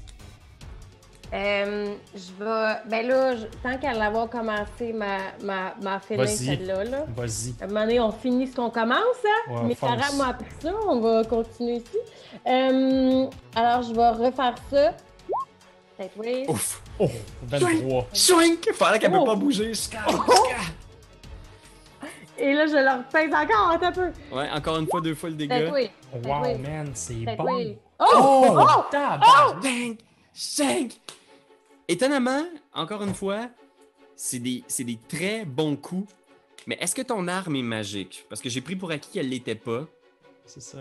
S4: Euh, je vais. Ben là, je- tant qu'à l'avoir commencé, ma, ma, ma finir
S3: Vas-y.
S4: celle-là. Là.
S3: Vas-y.
S4: À un moment donné, on finit ce qu'on commence, hein?
S3: Ouais,
S4: Mais
S3: fonce.
S4: Sarah m'a appris ça, on va continuer ici. Euh, alors, je vais refaire ça. Peut-être oui.
S1: Ouf!
S3: Oh, 23.
S1: Swink! Fallait qu'elle
S4: Oh.
S1: peut pas bouger. Scar,
S4: Et là, je leur repèse encore un peu.
S1: scar. Ouais, encore une fois, deux fois le dégât.
S4: Peut-être oui.
S3: Wow,
S4: oui.
S3: man, c'est
S4: Peut-être
S3: bon.
S4: oui. Oh! Oh!
S3: tabarnak.
S1: Cinq! Cinq! Étonnamment, encore une fois, c'est des, c'est des très bons coups. Mais est-ce que ton arme est magique? Parce que j'ai pris pour acquis qu'elle l'était pas.
S4: Oh!
S3: C'est ça.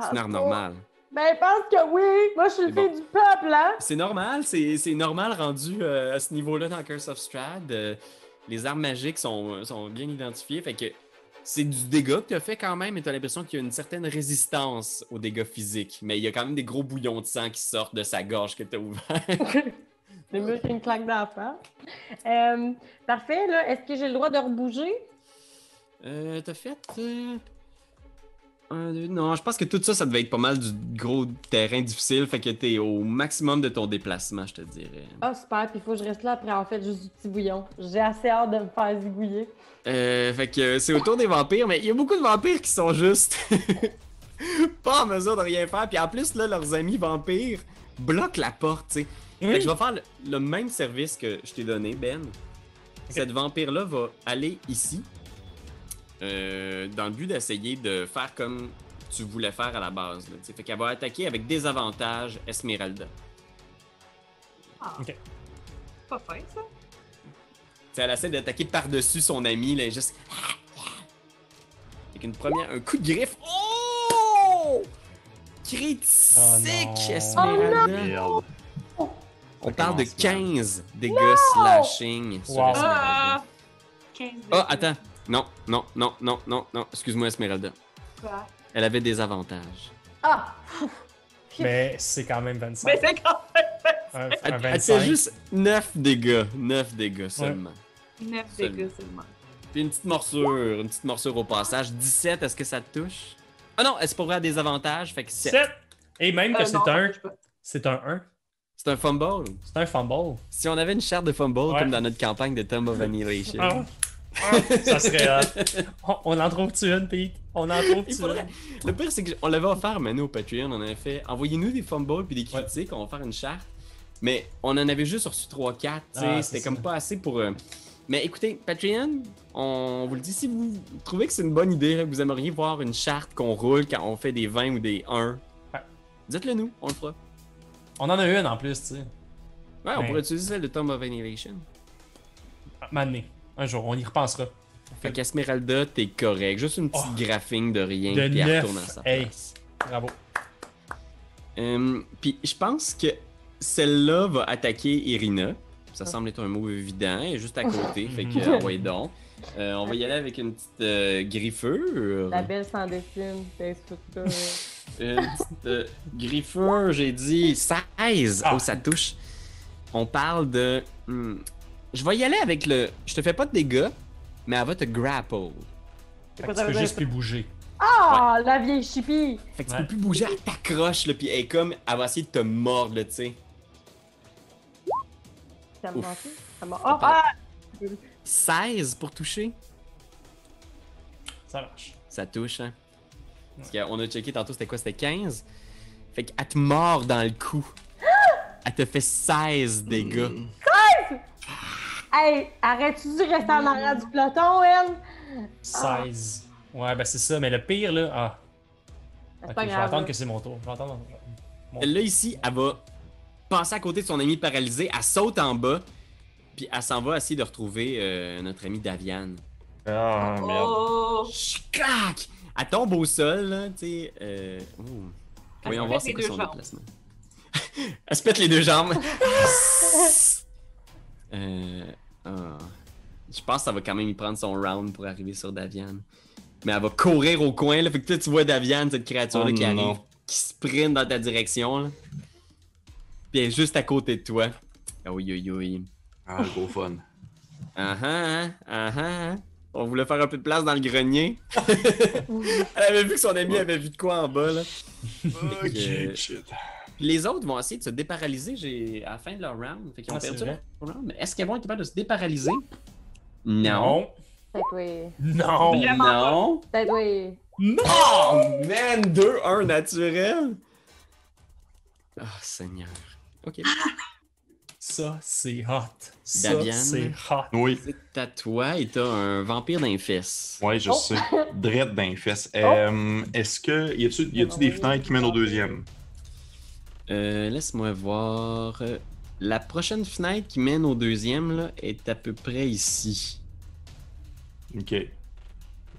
S1: C'est une arme
S4: Pense-
S1: normale.
S4: Ben, je pense que oui. Moi, je suis le
S1: C'est bon.
S4: fils du peuple, hein?
S1: C'est normal, c'est c'est normal rendu euh, à ce niveau-là dans Curse of Strahd. Euh, les armes magiques sont, sont bien identifiées. Fait que c'est du dégât que tu as fait quand même, mais tu as l'impression qu'il y a une certaine résistance aux dégâts physiques. Mais il y a quand même des gros bouillons de sang qui sortent de sa gorge que tu as ouvert.
S4: C'est mieux qu'une claque d'enfant. Euh, parfait, là. Est-ce que j'ai le droit de rebouger?
S1: Euh, t'as fait. euh, un, deux- non, je pense que tout ça, ça devait être pas mal du gros terrain difficile. Fait que t'es au maximum de ton déplacement, je te dirais.
S4: Ah, super. Puis il faut que je reste là après, en fait, juste du petit bouillon. J'ai assez hâte de me faire zigouiller.
S1: Euh, fait que euh, c'est au tour des vampires, mais il y a beaucoup de vampires qui sont juste. pas en mesure de rien faire. Puis en plus, là, leurs amis vampires bloquent la porte, tu sais. Fait que je vais faire le, le même service que je t'ai donné, Ben. Cette vampire-là va aller ici, euh, dans le but d'essayer de faire comme tu voulais faire à la base. Là, tu sais. fait qu'elle va attaquer avec des avantages Esmeralda.
S5: Ah.
S3: Ok.
S5: Pas fin, ça.
S1: Tu sais, elle essaie d'attaquer par-dessus son ami, là, juste. Avec une première, un coup de griffe. Oh! Critique,
S3: Oh non.
S1: Esmeralda.
S2: Merde.
S1: On parle de
S2: commence mal.
S1: 15 dégâts slashing sur
S3: Wow.
S1: Esmeralda.
S5: Ah! 15
S1: Oh, attends. Non, non, non, non, non, non. Excuse-moi, Esmeralda.
S5: Quoi?
S1: Elle avait des avantages.
S4: Ah!
S3: Mais c'est quand même 25.
S5: Mais Ben, c'est quand
S3: Un,
S1: Elle,
S3: un
S1: elle
S3: 25.
S1: fait juste 9 dégâts. 9 dégâts seulement.
S5: 9
S1: Seulement.
S5: dégâts seulement.
S1: Puis une petite morsure. Une petite morsure au passage. 17, est-ce que ça te touche? Ah non, elle se pourrait à des avantages. Fait que 7.
S3: 7. Et même que
S5: Euh,
S3: c'est
S5: non,
S3: un,
S5: je peux-
S3: c'est un 1.
S1: C'est un fumble.
S3: C'est un fumble.
S1: Si on avait une charte de fumble
S3: Ouais.
S1: comme dans notre campagne de Tomb of Annihilation.
S3: Ah. Ah, ça serait. euh, on, on en trouve-tu une, Pete? On en trouve-tu
S1: Il faudrait-
S3: une?
S1: Le pire, c'est qu'on l'avait offert maintenant au Patreon. On avait fait envoyez-nous des fumbles puis des critiques, on va faire une charte. Mais on en avait juste reçu 3-4. tu sais,
S3: Ah, c'est
S1: C'était
S3: ça.
S1: comme pas assez pour. euh, Mais écoutez, Patreon, on vous le dit, si vous trouvez que c'est une bonne idée, que vous aimeriez voir une charte qu'on roule quand on fait des 20 ou des 1,
S3: Ouais.
S1: dites-le nous, on le fera.
S3: On en a une en plus, tu sais.
S1: Ouais, on
S3: Ouais.
S1: pourrait utiliser celle de Tomb of Annihilation.
S3: Un moment donné, Un jour, on y repensera.
S1: Fait qu'Esmeralda, t'es correct. Juste une petite
S3: Oh.
S1: graphing de rien,
S3: De
S1: puis elle
S3: neuf.
S1: retourne à sa
S3: Hey.
S1: place.
S3: Bravo.
S1: Euh, Puis je pense que celle-là va attaquer Irina. Ça
S4: Ah.
S1: semble être un mot évident, elle est juste à côté, fait
S3: Mhm.
S1: que euh, ouais donc. Euh, on va y aller avec une petite euh, griffure.
S4: La belle s'en dessine. C'est tout ça.
S1: Une petite euh, griffure, j'ai dit 16.
S3: Ah.
S1: Oh, ça touche. On parle de. hmm, Je vais y aller avec le. Je te fais pas de dégâts, mais elle va te grapple.
S3: Fait que
S4: quoi
S3: tu
S4: ça
S3: peux
S4: veut
S3: juste
S4: dire?
S3: plus bouger.
S4: Ah! La vieille chipie!
S1: Fait que tu
S3: Ouais.
S1: peux plus bouger, elle t'accroche, là, puis elle est comme. Elle va essayer de te mordre, là, tu sais.
S4: Ça me
S1: Ouf.
S4: manquait. Ça m'a. Oh! Ah!
S1: 16 pour toucher.
S3: Ça marche.
S1: Ça touche, hein? Parce qu'on a checké tantôt, c'était quoi? C'était 15? Fait qu'elle te mord dans le cou. Elle te fait 16 dégâts.
S4: Hey, arrête-tu de rester en arrière du peloton, elle?
S3: 16. Ouais, ben c'est ça, mais le pire, là. Ah.
S4: C'est
S3: Ok,
S4: pas
S3: je vais
S4: grave,
S3: attendre
S4: là.
S3: que c'est mon tour. Je vais attendre.
S1: Là, ici, elle va passer à côté de son ami paralysé. Elle saute en bas. Puis elle s'en va essayer de retrouver euh, notre ami Davian.
S2: Ah, merde.
S5: Oh!
S1: Clac! Elle tombe au sol, là, tu sais. euh, ouh.
S5: Elle
S1: Voyons
S5: se
S1: voir
S5: pète
S1: c'est
S5: les
S1: quoi
S5: deux
S1: son
S5: jambes.
S1: déplacement. elle se pète les deux jambes. Euh, ah. Je pense que ça va quand même y prendre son round pour arriver sur Davian. Mais elle va courir au coin, là. Fait que là, tu vois Davian, cette créature-là
S2: Oh
S1: qui
S2: non.
S1: arrive, qui sprint dans ta direction, là. Puis elle est juste à côté de toi. Oui, oui, oui.
S2: Ah, gros fun.
S1: Ah ah, ah ah. On voulait faire un peu de place dans le grenier. Elle avait vu que son ami avait vu de quoi en bas, là.
S2: Ok, shit.
S1: Puis Oh, les autres vont essayer de se déparalyser j'ai- à la fin de leur round. Fait qu'ils ont
S3: Ah, c'est
S1: perdu
S3: vrai.
S1: leur round. Mais est-ce qu'ils vont être capables de se déparalyser?
S3: Non.
S4: Peut-être oui.
S3: Non.
S5: Vraiment
S1: Non.
S4: Peut-être oui.
S1: Oh, man! 2-1 naturel! Oh, Seigneur. OK.
S3: Ça, c'est hot. Ça,
S1: Daviane.
S3: c'est hot.
S2: Oui,
S1: C'est à toi et t'as un vampire dans les fesses.
S2: ouais, je sais. Drette dans les fesses. Euh, Est-ce que. Y a-tu y a-tu des fenêtres qui mènent au deuxième?
S1: Euh, Laisse-moi voir. Euh, La prochaine fenêtre qui mène au deuxième là, est à peu près ici.
S2: Ok.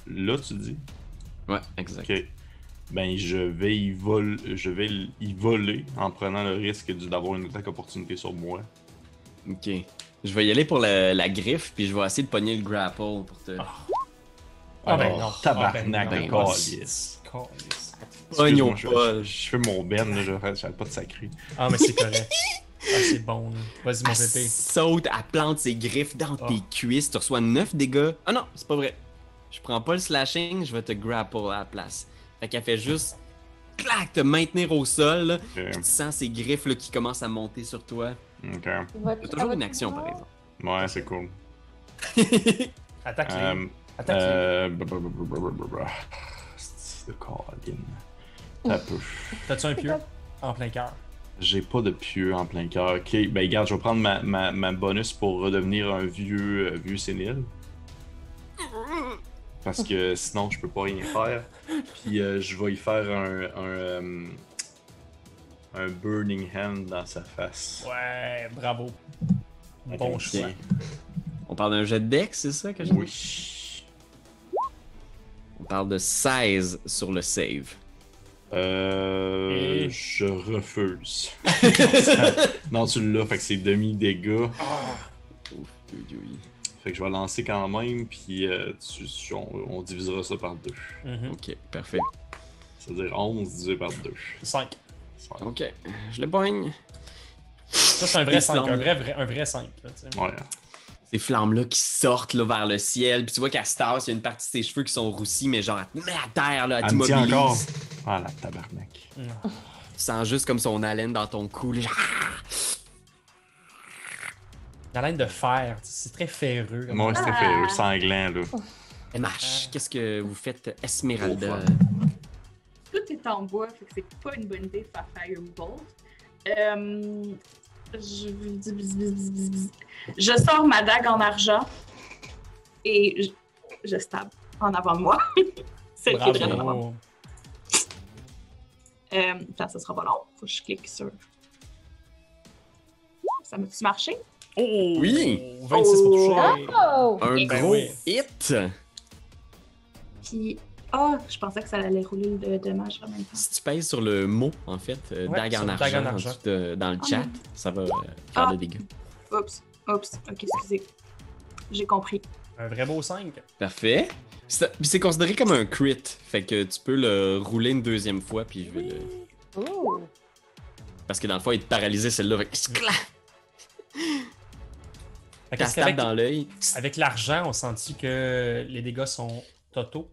S2: Là, tu dis.
S1: Ouais, exact.
S2: Ok. Ben, je vais y, vol... je vais y voler en prenant le risque d- d'avoir une attaque opportunité sur moi.
S1: Ok. Je vais y aller pour la, la griffe, puis je vais essayer de pogner le grapple pour te.
S3: Ah ben
S2: Alors,
S3: non.
S2: Tabarnak
S3: Ah ben
S2: de
S3: non.
S2: calice.
S3: Calice.
S1: Pogne au
S2: Excuse-moi, je-
S1: bol.
S2: Je fais mon ben, là, je j'arrête pas de sacrer.
S3: Ah, mais c'est correct. Ah, c'est bon. là. Vas-y, mon
S1: Elle
S3: pépé.
S1: saute, elle plante ses griffes dans
S3: Ah.
S1: tes cuisses, tu reçois 9 dégâts. Ah non, c'est pas vrai. Je prends pas le slashing, je vais te grapple à la place. Fait qu'elle fait juste clac, te maintenir au sol, là,
S2: Ok.
S1: puis tu sens ses griffes là, qui commencent à monter sur toi.
S2: Euh, Ok.
S1: T'as toujours une action par
S2: Ouais, c'est cool.
S1: exemple.
S3: Attaque les.
S2: Euh,
S3: Attaque les.
S2: euh, blablabla. C'est de Colin. T'as peu.
S3: T'as-tu un pieu? En plein cœur.
S2: J'ai pas de pieu en plein cœur. Ok, ben regarde, je vais prendre ma, ma, ma bonus pour redevenir un vieux, euh, vieux sénile. Parce que sinon, je peux pas rien faire. Puis euh, je vais y faire un, un, euh, un Burning Hand dans sa face.
S3: Ouais, bravo.
S2: Avec
S3: Bon
S2: un
S3: choix.
S2: petit-
S1: On parle d'un jet de dex, c'est ça que je
S2: Oui.
S1: On parle de 16 sur le save.
S2: Euh,
S3: Et-
S2: Je refuse. non, tu l'as, fait que c'est demi-dégâts. Fait que je vais lancer quand même, puis euh, tu- tu- on, on divisera ça par deux.
S3: Mhm.
S1: Ok, parfait.
S2: C'est-à-dire 11 divisé par 2.
S3: Cinq.
S2: Ouais,
S1: Ok, je le poigne.
S3: Ça, c'est un
S1: Les
S3: vrai 5.
S1: flammes.
S3: Un vrai, vrai, un vrai 5.
S1: Ces flammes-là qui sortent là, vers le ciel, puis tu vois qu'elle se tasse, il y a une partie de ses cheveux qui sont roussis, mais genre, elle te met à terre, là, elle
S2: elle me tient
S1: t'immobilise.
S2: encore. Ah la tabarnak.
S1: Tu sens juste comme son haleine dans ton cou. là.
S3: La laine de fer, c'est très ferreux. comme
S2: Moi, c'était fait euh, sanglant, là.
S1: MH, qu'est-ce que vous faites, Esmeralda?
S2: Au
S5: Tout est en bois, fait que c'est pas une bonne idée de faire Firebolt. Euh, je... je sors ma dague en argent et je, je stab en avant de moi. Celle qui est vraiment en avant.
S3: Bravo.
S5: Euh, attends, ça sera pas long. Faut que je clique sur. Ça m'a-tu marché?
S3: Oh!
S1: Oui.
S3: 26 pour toucher.
S4: Oh!
S1: Un
S5: Ben
S1: gros
S3: oui.
S1: hit!
S5: Puis. Ah, je pensais que ça allait rouler le dommage en même temps.
S1: Si tu pèses sur le mot, en fait, euh,
S3: Ouais,
S1: dague
S3: sur
S1: en
S3: dague
S1: argent,
S3: en argent.
S1: en dessous de- dans le
S5: Ah,
S1: chat,
S5: non.
S1: ça va euh, faire
S5: Ah.
S1: des dégâts.
S5: Oups, oups, ok, excusez. J'ai compris.
S3: Un vrai beau 5.
S1: Parfait. C'est puis c'est considéré comme un crit, fait que tu peux le rouler une deuxième fois, puis je vais le...
S4: Oh!
S1: Parce que dans le fond, il est paralysé, celle-là, fait que... clac,
S3: Fait que
S1: t'as
S3: est-ce
S1: stab
S3: qu'avec-
S1: dans l'œil.
S3: Avec l'argent, on sentit que les dégâts sont totaux.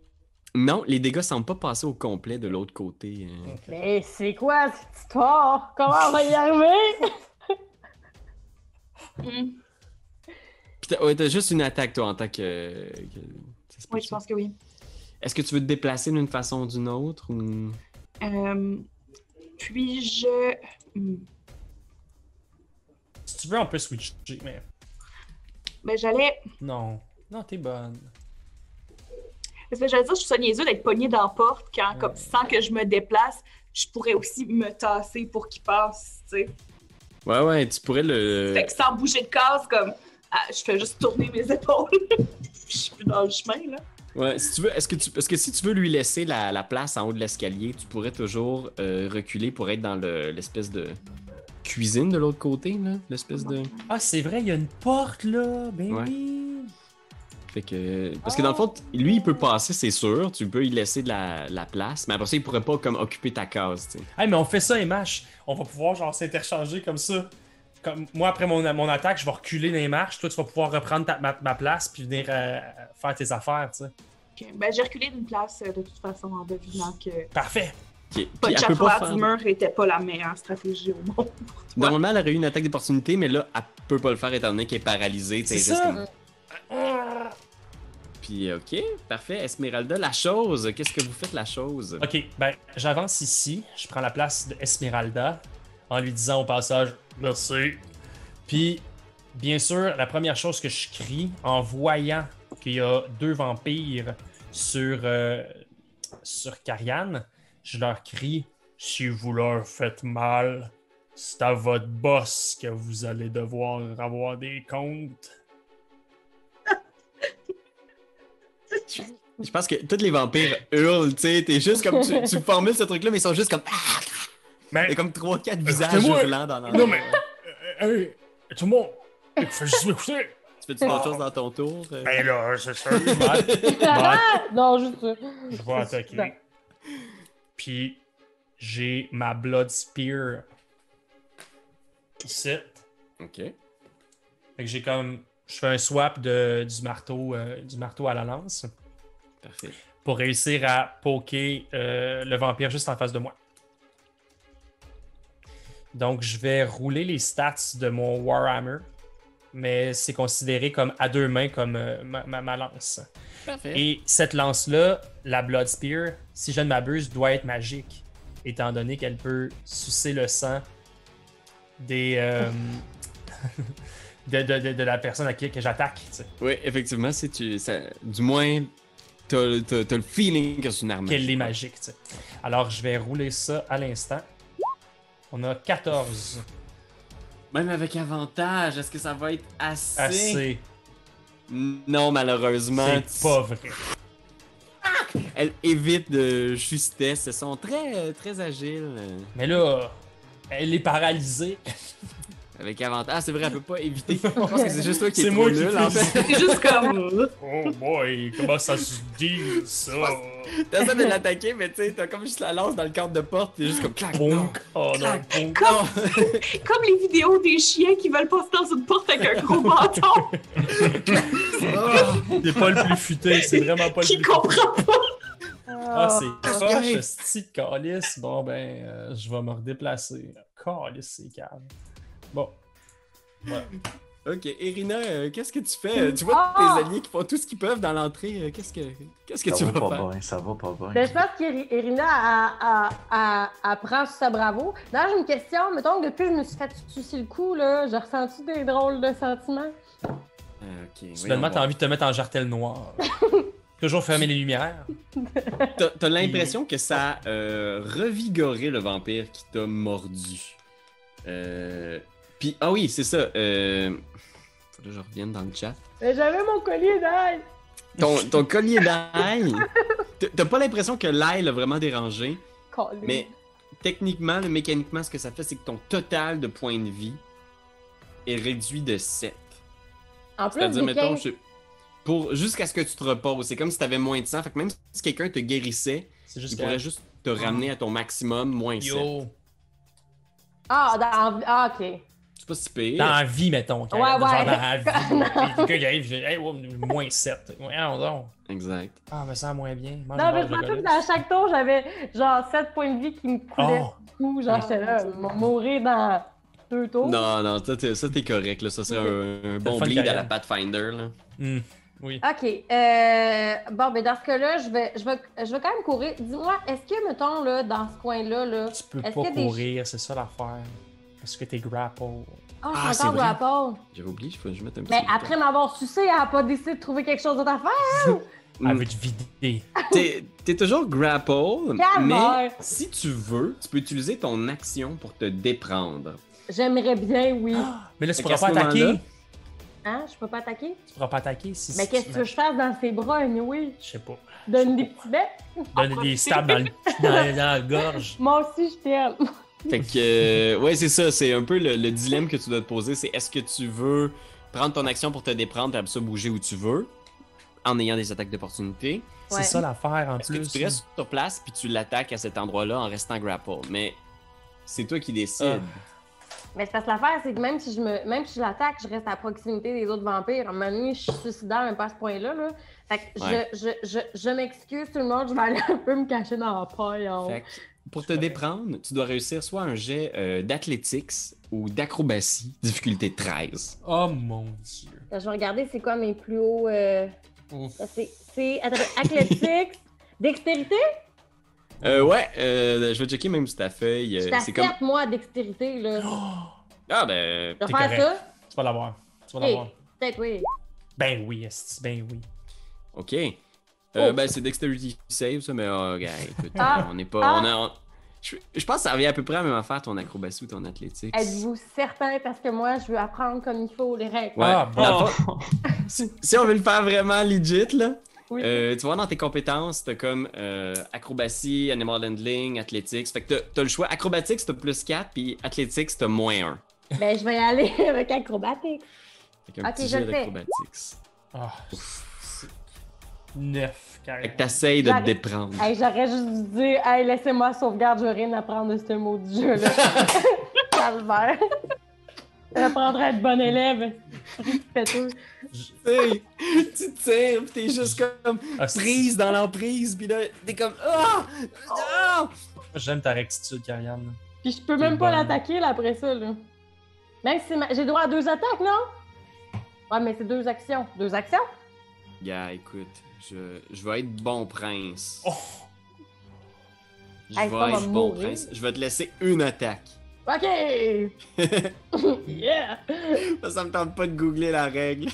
S1: Non, les dégâts semblent pas passer au complet de l'autre côté. euh.
S3: Mm.
S4: Mais c'est quoi cette histoire? Comment on va y arriver?
S5: Hmm,
S1: Puis t'as ouais, t'as juste une attaque, toi, en tant que... que- ça se peut
S5: Oui, je
S1: ça.
S5: pense que oui.
S1: Est-ce que tu veux te déplacer d'une façon ou d'une autre? Ou...
S5: Euh, Puis-je. hmm,
S3: Si tu veux, on peut switcher, mais
S5: Mais ben, j'allais.
S3: Non. Non, t'es bonne.
S5: Parce que j'allais dire, je suis ça niaiseux d'être pognée dans la porte quand, comme, sans que je me déplace, je pourrais aussi me tasser pour qu'il passe, tu sais.
S1: Ouais, ouais, tu pourrais le.
S5: Fait que sans bouger de case, comme, ah, je fais juste tourner mes épaules. je suis plus dans le chemin, là.
S1: Ouais, si tu veux, est-ce que tu, parce que si tu veux lui laisser la, la place en haut de l'escalier, tu pourrais toujours euh, reculer pour être dans le- l'espèce de cuisine de l'autre côté, là, l'espèce de.
S3: Ah, c'est vrai, il y a une porte, là. Ben
S1: Ouais.
S3: oui.
S1: Fait que, parce que dans le fond, t- lui, il peut passer, c'est sûr. Tu peux lui laisser de la, la place, mais après ça, il pourrait pas comme occuper ta case. tu sais.
S3: Hey, mais on fait ça, MH. On va pouvoir, genre, s'interchanger comme ça. Comme, moi, après mon, mon attaque, je vais reculer dans les marches. Toi, tu vas pouvoir reprendre ta- ma, ma place puis venir euh, faire tes affaires, tu sais.
S5: Ok. Ben, j'ai reculé d'une place, euh, de toute façon, en devinant que
S3: Parfait.
S1: Ok.
S5: pas
S1: Puis
S5: de
S1: elle peut pas
S5: chat
S1: faire.
S5: du mur n'était pas la meilleure stratégie au monde.
S1: Normalement, elle aurait eu une attaque d'opportunité, mais là, elle peut pas le faire étant donné qu'elle est paralysée. tu sais,
S3: C'est
S1: juste
S3: ça.
S1: comme- Puis, ok, parfait. Esmeralda, la chose. Qu'est-ce que vous faites, la chose?
S3: Ok, ben, j'avance ici. Je prends la place de Esmeralda en lui disant au passage merci. Puis, bien sûr, la première chose que je crie en voyant qu'il y a deux vampires sur, euh, sur Carian, je leur crie Si vous leur faites mal, c'est à votre boss que vous allez devoir avoir des comptes.
S1: Je pense que tous les vampires hurlent, tu sais. T'es juste comme. Tu, tu formules ce truc-là, mais ils sont juste comme. Ah! Il y
S3: Mais
S1: a comme 3-4 visages
S3: Écoutez-moi.
S1: hurlants dans l'ensemble.
S3: Non, mais- euh, tout le monde, faut juste m'écouter.
S1: Tu fais-tu d'autres choses dans ton tour? euh?
S3: Ben là, c'est ça.
S4: non, juste ça.
S3: Je vais attaquer. Puis j'ai ma Blood Spear ici.
S1: Ok.
S3: Fait que j'ai comme. Je fais un swap de, du, marteau, euh, du marteau à la lance
S1: Parfait.
S3: pour réussir à poker euh, le vampire juste en face de moi. Donc je vais rouler les stats de mon Warhammer, mais c'est considéré comme à deux mains comme euh, ma- ma- ma lance.
S1: Parfait.
S3: Et cette lance-là, la Blood Spear, si je ne m'abuse, doit être magique, étant donné qu'elle peut sucer le sang des, euh, de, de- de- de la personne à qui que j'attaque. tu sais,
S1: Oui, effectivement, si tu. ça- du moins, t'as t'as- t'as le feeling que c'est une arme.
S3: Qu'elle est magique. tu sais. Alors, je vais rouler ça à l'instant. On a 14
S1: Même avec avantage, est-ce que ça va être assez?
S3: Ah, assez.
S1: Non, malheureusement.
S3: C'est pas vrai.
S1: Elle évite de justesse. Elles sont très, très agiles. euh,
S3: Mais là, elle est paralysée.
S1: Avec avantage. Ah, c'est vrai, elle peut pas éviter. Je pense que c'est juste toi qui
S3: C'est
S1: est
S3: moi
S1: trop
S3: qui
S1: nul,
S3: fais
S1: en fait.
S5: C'est juste comme.
S3: Oh boy, comment ça se dit ça?
S1: T'as ça de l'attaquer, mais tu sais, t'as comme juste la lance dans le cadre de porte. T'es juste comme clac. non,
S3: Bonk, oh
S1: Ah,
S3: non, bonk.
S1: non.
S5: Comme les vidéos des chiens qui veulent passer dans une porte avec un gros bâton
S1: Ah.
S3: C'est pas le plus futé, c'est vraiment pas le
S5: qui
S3: plus futé.
S5: comprend pas.
S3: Ah, c'est
S1: correct.
S3: proche, ce de calice. Bon, ben, euh, je vais me redéplacer. Calice, c'est calme. Bon.
S1: Ok, Irina, euh, qu'est-ce que tu fais? Tu vois
S4: Ah!
S1: tes alliés qui font tout ce qu'ils peuvent dans l'entrée. euh, qu'est-ce que, qu'est-ce que tu
S2: Ça
S1: vas
S2: va
S1: faire?
S2: pas bien, ça va pas bien.
S4: Ben, je pense qu'Irina, a, a, a, a prend sa bravo. D'ailleurs, j'ai une question. Mettons que depuis que je me suis fait sucer le cou, là, j'ai ressenti des drôles de sentiments.
S1: Euh, ok, voyons
S3: Soudainement, t'as
S1: voir.
S3: envie de te mettre en jartel noir. Toujours fermer les lumières.
S1: T'as- T'as l'impression que ça a euh, revigoré le vampire qui t'a mordu. Euh, Puis, ah oui, c'est ça. Euh... Faut que je revienne dans le chat.
S4: Mais j'avais mon collier d'ail!
S1: Ton, ton collier d'ail, t'as- t'as pas l'impression que l'ail l'a vraiment dérangé,
S4: Collier.
S1: mais techniquement, le- mécaniquement, ce que ça fait, c'est que ton total de points de vie est réduit de 7.
S4: Ah, en plus,
S1: C'est-à-dire,
S4: des
S1: mettons,
S4: 15.
S1: je- pour... jusqu'à ce que tu te reposes. C'est comme si t'avais moins de sang. Fait que même si quelqu'un te guérissait,
S3: C'est
S1: il
S3: juste
S1: pourrait juste te ramener à ton maximum moins 7.
S3: Yo.
S4: Ah, dans... ah, ok.
S1: C'est pas si pire.
S3: Dans la vie, mettons. quand
S4: Ouais,
S3: même. Genre
S4: ouais.
S3: Dans la vie. Quelqu'un qui arrive, je dis, hey, ouais, moins 7. Ouais, non, non.
S1: Exact.
S3: Ah, me sent moins bien. Mange
S4: Non,
S3: une barre
S4: mais je
S3: de
S4: me rappelle
S3: calice.
S4: que à chaque tour, j'avais genre 7 points de vie qui me coulaient
S3: Oh,
S4: du coup. Genre, j'étais là, m- mourir dans deux tours.
S1: Non, non, ça t'es, ça, t'es correct. Là. Ça serait un, un bon
S3: fun
S1: bleed à
S3: carrière.
S1: la Pathfinder. Là.
S3: hmm, oui.
S4: OK. euh, bon, ben dans ce cas-là, je vais, je, vais, je vais quand même courir. Dis-moi, est-ce que, mettons, là, oh, dans ce coin-là, là,
S3: Tu peux
S4: Est-ce
S3: pas
S4: qu'il y a des-
S3: courir, c'est ça l'affaire. Parce que t'es grapple.
S4: Ah,
S1: Ah,
S4: je
S1: c'est
S4: suis encore
S1: vrai.
S4: grapple.
S1: J'avais oublié, il faut que je mette un petit.
S4: Mais
S1: bouton.
S4: après m'avoir sucé, elle n'a pas décidé de trouver quelque chose d'autre à faire.
S1: Mm.
S3: Elle veut te vider.
S1: T'es t'es toujours grapple, mais
S4: Calvaire.
S1: si tu veux, tu peux utiliser ton action pour te déprendre.
S4: J'aimerais bien, oui.
S3: Mais là, tu
S1: Fait
S3: pourras
S1: qu'à
S3: pas
S1: ce
S3: attaquer.
S1: moment-là-
S4: Ah. Hein? Je peux pas attaquer?
S3: Tu pourras pas attaquer si
S4: Mais
S3: si
S4: qu'est-ce que tu veux que je fasse dans ses bras, anyway?
S3: Je sais pas.
S4: Donne des petits bêtes?
S3: Donne des stabs dans, le- dans- dans la gorge.
S4: Moi aussi, je t'aime.
S1: Fait que, euh, ouais, c'est ça, c'est un peu le, le dilemme que tu dois te poser, c'est est-ce que tu veux prendre ton action pour te déprendre et après ça bouger où tu veux, en ayant des attaques d'opportunité,
S3: C'est
S4: Ouais.
S3: ça l'affaire en
S1: Est-ce que
S3: plus.
S1: tu restes sur place puis tu l'attaques à cet endroit-là en restant grapple? Mais c'est toi qui décides.
S4: Mais c'est parce que l'affaire, c'est que même si je me, même si je l'attaque, je reste à proximité des autres vampires. À un moment donné, je suis suicidaire, mais pas à ce point-là. Là. Fait que
S1: Ouais.
S4: je, je, je, je m'excuse tout le monde, je vais aller un peu me cacher dans la paille. en haut.
S1: Fait que pour te déprendre, tu dois réussir soit un jet euh, d'athlétics ou d'acrobatie, difficulté 13.
S3: Oh mon dieu.
S4: Je vais regarder c'est quoi mes plus hauts. euh,
S3: Ouf.
S4: ça, C'est c'est- attends, athlétique, dextérité.
S1: Euh, ouais, euh, je vais checker même si ta feuille. euh,
S4: je
S1: c'est comme.
S4: t'accepte, moi, à dextérité. Là.
S1: Ah, ben.
S4: Je
S3: t'es
S4: vais faire
S3: correct.
S4: ça.
S3: Tu vas l'avoir. Tu vas
S4: Hey.
S3: l'avoir.
S4: Peut-être, oui.
S3: Ben oui, esti, ben oui.
S1: Ok. Euh,
S4: Oh.
S1: Ben, c'est Dexterity Save, ça, mais oh, gars, écoute,
S4: Ah.
S1: euh, on n'est pas.
S4: Ah.
S1: On a- on- Je, je pense que ça revient à peu près à la même affaire, ton acrobatie ou ton athlétique.
S4: Êtes-vous certain? Parce que moi, je veux apprendre comme il faut les règles.
S1: Ouais.
S3: Ah, bon.
S1: Dans le fond, si, si on veut le faire vraiment legit, là,
S4: Oui.
S1: euh, tu vois, dans tes compétences, t'as comme euh, acrobatie, animal handling, athletics. Fait que t'as- t'as le choix. Acrobatics, t'as plus 4, puis athletics, t'as moins 1.
S4: Ben, je vais y aller avec acrobatique.
S1: Fait qu'un
S4: Ok,
S1: petit
S4: je
S1: jet
S4: le fais.
S1: d'acrobatics.
S3: Ah, c'est- Neuf,
S1: Fait que
S3: carrément.
S1: t'essayes de te
S4: J'arrive.
S1: déprendre.
S4: Hey, j'aurais juste dû dire, hey, laissez-moi sauvegarde, je rien à prendre de ce mot du jeu-là. Calvaire. J'apprendrai à être bon élève. Fais tout.
S3: J-
S1: Hey, tu tires, pis t'es juste comme
S3: esti,
S1: prise dans l'emprise, pis là, t'es comme Ah! Ah!
S3: J'aime ta rectitude, Karianne.
S4: Puis je peux même pas
S3: Bon.
S4: l'attaquer là, après ça. Là. Même si c'est ma- j'ai droit à deux attaques, non? Ouais, mais c'est deux actions. Deux actions?
S1: Gars, écoute, je, je vais être bon prince.
S3: Oh.
S1: Je
S4: Hey, ça
S1: vais
S4: va
S1: être bon
S4: mourir.
S1: prince. Je vais te laisser une attaque.
S4: OK! yeah!
S1: Ça me tente pas de googler la règle.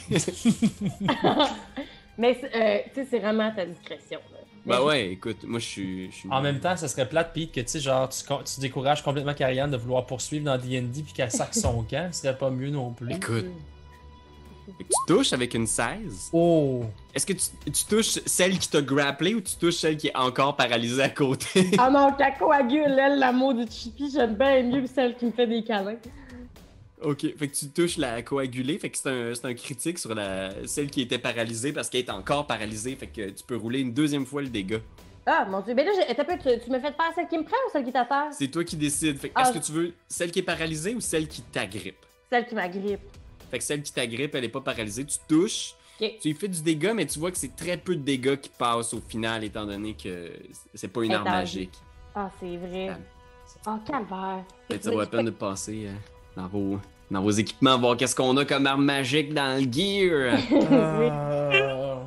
S4: Mais, c'est- euh, tu sais, c'est vraiment à ta discrétion. Là.
S1: bah ouais, écoute, moi je suis. je suis-
S3: En même temps, ça serait plate, Pete, que tu sais, genre, tu, con- tu décourages complètement Karianne de vouloir poursuivre dans D&D puis qu'elle sac son camp. Ce serait pas mieux non plus.
S1: Écoute, tu touches avec une 16.
S3: Oh!
S1: Est-ce que tu, tu touches celle qui t'a grapplé ou tu touches celle qui est encore paralysée à côté?
S4: Ah non, qu'elle coagule, elle, l'amour du Chippy, j'aime bien mieux que celle qui me fait des câlins.
S1: Ok, fait que tu touches la coagulée, fait que c'est un, c'est un critique sur la, celle qui était paralysée parce qu'elle est encore paralysée, fait que tu peux rouler une deuxième fois le dégât.
S4: Ah, mon Dieu. Ben là, j'ai- t'as peu, tu, tu me fais faire celle qui me prend ou celle qui t'attache?
S1: C'est toi qui décides. Fait que
S4: Ah.
S1: est-ce que tu veux celle qui est paralysée ou celle qui t'agrippe?
S4: Celle qui m'agrippe.
S1: Fait que celle qui t'agrippe, elle est pas paralysée, tu touches,
S4: Ok.
S1: tu lui fais du dégât, mais tu vois que c'est très peu de dégâts qui passent au final étant donné que c'est pas une
S4: Elle est
S1: arme
S4: en vie.
S1: magique.
S4: Ah, c'est vrai. Ah, calvaire.
S1: Fait que ça vaut la peine de passer euh, dans, vos, dans vos équipements, voir qu'est-ce qu'on a comme arme magique dans le gear.
S4: Oui.
S3: Ah.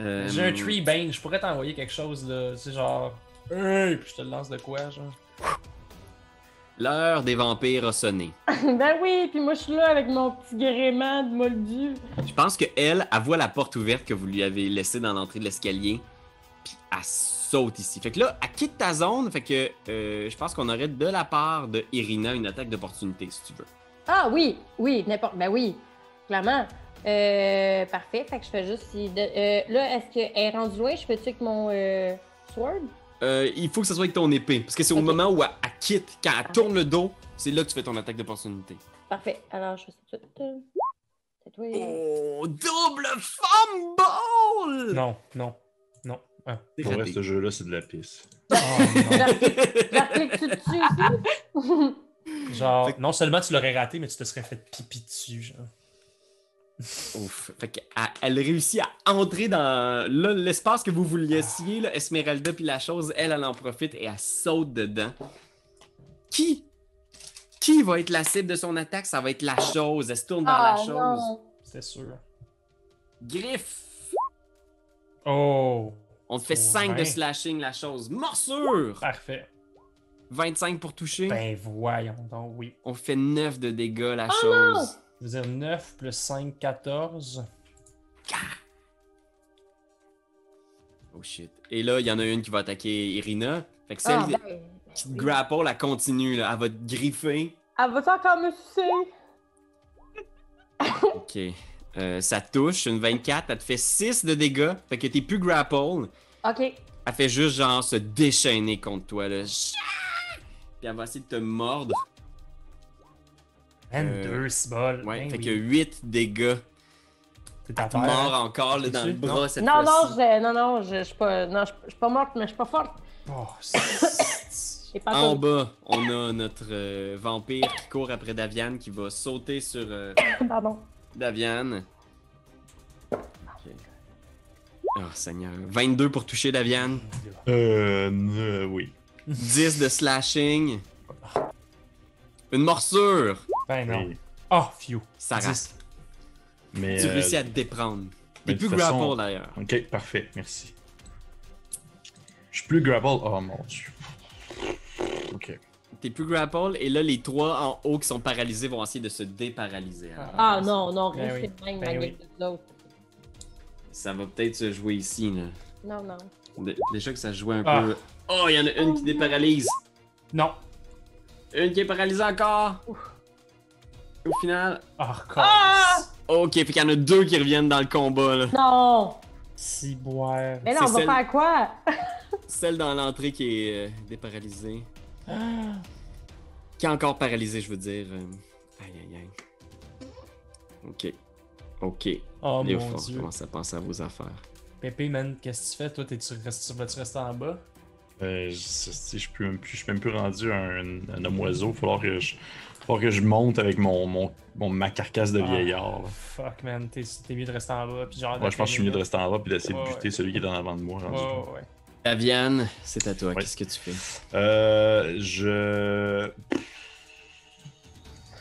S1: Euh,
S3: J'ai un tree bane, je pourrais t'envoyer quelque chose de, tu sais, genre, hey, puis je te le lance de quoi, genre.
S1: L'heure des vampires a sonné.
S4: ben oui, puis moi, je suis là avec mon petit gréement de moldu.
S1: Je pense que elle, elle voit la porte ouverte que vous lui avez laissée dans l'entrée de l'escalier, puis elle saute ici. Fait que là, elle quitte ta zone, fait que euh, je pense qu'on aurait de la part de Irina une attaque d'opportunité, si tu veux.
S4: Ah oui, oui, n'importe. Ben oui, clairement. Euh, parfait. Fait que je fais juste. si- de- euh, là, est-ce qu'elle est rendue loin? Je peux-tu avec mon euh, sword?
S1: Euh, il faut que ça soit avec ton épée, parce que c'est au
S4: Ok.
S1: moment où elle, elle quitte, quand elle tourne le dos, c'est là que tu fais ton attaque d'opportunité.
S4: Parfait. Alors, je fais ça tout. euh, C'est toi. euh.
S1: Oh, double fumble!
S3: Non, non, non. Ah.
S1: C'est
S2: Pour vrai,
S1: raté.
S2: ce jeu-là, c'est de la pisse.
S3: Oh,
S4: J'applique-tu dessus aussi?
S3: non. genre,
S1: Fait que-
S3: non seulement tu l'aurais raté, mais tu te serais fait pipi dessus, genre.
S1: Ouf. Fait qu'elle- elle réussit à entrer dans là, l'espace que vous vous laissiez, là, Esmeralda puis la chose, elle, elle en profite et elle saute dedans. Qui? Qui va être la cible de son attaque? Ça va être la chose. Elle se tourne vers la
S4: Ah,
S1: chose.
S4: non.
S3: C'était sûr.
S1: Griffe!
S3: Oh,
S1: On te fait
S3: Oh,
S1: 5 de
S3: ouais.
S1: slashing, la chose. Morsure!
S3: parfait.
S1: 25 pour toucher.
S3: Ben voyons donc, oui.
S1: On fait 9 de dégâts, la
S4: Oh,
S1: chose.
S3: Je veux dire 9 plus 5, 14.
S1: Oh shit. Et là, il y en a une qui va attaquer Irina. Fait que celle
S4: Ah, ben,
S1: qui te grapple, elle continue, là. Elle va te griffer.
S4: Elle va encore me sucer?
S1: Ok. Euh, ça touche, une 24, elle te fait 6 de dégâts. Fait que t'es plus grapple.
S4: Ok.
S1: Elle fait juste genre se déchaîner contre toi, là. Chien! Puis elle va essayer de te mordre.
S3: 22
S1: Euh,
S3: balles.
S1: Ouais, fait que 8 dégâts.
S3: T'es à
S1: Elle te
S3: terre.
S1: mord encore là, dans le
S3: T'es sûr?
S1: bras cette
S4: Non, non,
S1: fois-ci.
S4: je, non, non, je, je suis pas, non, je, je suis pas morte, mais je suis pas forte.
S3: Oh, c'est-
S4: J'ai pas
S1: En
S4: peur.
S1: bas, on a notre euh, vampire qui court après Daviane qui va sauter sur euh,
S4: Pardon.
S1: Daviane. Ok. Oh Seigneur. 22 pour toucher Daviane.
S2: Euh, euh, oui.
S1: 10 de slashing. Une morsure.
S3: ben non.
S2: Oui.
S3: Oh, phew.
S1: Ça rate.
S3: 10.
S2: Mais,
S1: Tu
S2: euh, ben,
S1: réussis à te déprendre. T'es
S2: de
S1: plus
S2: toute façon-
S1: grapple d'ailleurs.
S2: Ok, parfait, merci. Je suis plus grapple. Oh mon dieu. Ok.
S1: T'es plus grapple et là les trois en haut qui sont paralysés vont essayer de se déparalyser. alors.
S4: Ah non, non,
S3: Ben
S4: restez
S3: oui,
S4: de même,
S3: ben
S4: maniaque de l'autre.
S1: Ça va peut-être se jouer ici là.
S4: Non, non.
S1: Dé- Déjà que ça se jouait un
S3: Ah.
S1: peu. Oh, il y en a une qui déparalyse.
S3: Non.
S1: Une qui est paralysée encore. Au final.
S3: Oh,
S5: Ah!
S1: Ok, puis qu'il y en a deux qui reviennent dans le combat là.
S4: Non!
S3: Si boire.
S4: Mais là,
S1: C'est
S4: on va
S1: celle-
S4: faire quoi?
S1: Celle dans l'entrée qui est euh, déparalysée.
S3: Ah.
S1: Qui est encore paralysée, je veux dire. euh, Aïe aïe aïe. Ok. Ok.
S3: Oh
S1: Les
S3: mon
S1: forts,
S3: dieu.
S1: commencez à penser à vos affaires.
S3: Pépé, man, qu'est-ce que tu fais? Toi, t'es-tu restes- vas-tu rester en bas?
S2: Euh, je je- je suis plus- je suis même plus rendu un, un homme oiseau. Il falloir que je, falloir que je monte avec mon, mon, mon- ma carcasse de
S3: Ah.
S2: vieillard. là.
S3: Fuck, man, t'es t'es mieux de rester en bas. Puis
S1: Ah,
S3: genre,
S2: Ouais, je pense que je suis mieux de rester en bas et d'essayer
S3: Ouais,
S2: de buter
S3: ouais.
S2: celui qui est en avant de moi. rendu là.
S3: Ouais, ouais.
S1: Daviane, c'est à toi.
S2: Ouais.
S1: Qu'est-ce que tu fais?
S2: Euh, je.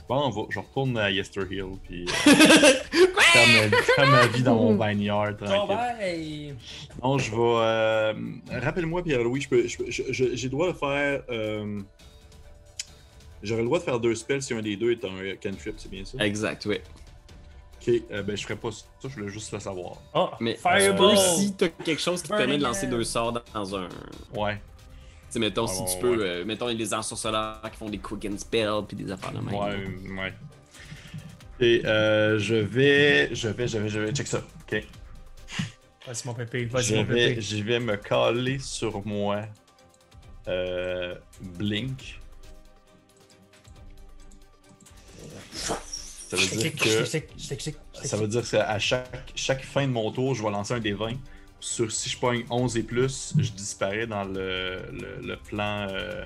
S2: Bon, on va- je retourne à Yester Hill, puis. euh, faire, ma, faire ma vie dans mon vineyard,
S3: Ton
S2: tranquille.
S3: bail!
S2: Non, je vais. euh, Rappelle-moi, Pierre-Louis, je peux- je peux- je- je- j'ai le droit de faire. euh, J'aurais le droit de faire deux spells si un des deux est un euh, cantrip, c'est bien ça?
S1: Exact, ouais.
S2: Ok, euh, ben je ferais pas ça, je voulais juste le savoir.
S3: Oh,
S1: Mais euh,
S3: Fireball!
S1: tu peux, si t'as quelque chose qui te permet de lancer
S3: Burning Man.
S1: deux sorts dans un. Tu
S2: Ouais,
S1: sais, mettons,
S2: Ah,
S1: si
S2: bon,
S1: tu peux.
S2: ouais.
S1: euh, mettons, il y a des ensorceleurs qui font des quick and spell puis des affaires de même.
S2: ouais, ouais. Et euh, je vais. Je vais, je vais, je vais. Check ça. Ok.
S3: Vas-y, mon pépé, vas-y,
S2: Je
S3: mon
S2: vais,
S3: pépé.
S2: je vais me caler sur moi. euh, Blink. Ça veut dire que. Ça veut dire qu'à chaque, chaque fin de mon tour, je vais lancer un des 20. Sur, si je pogne 11 et plus, je disparais dans le, le- le plan. euh,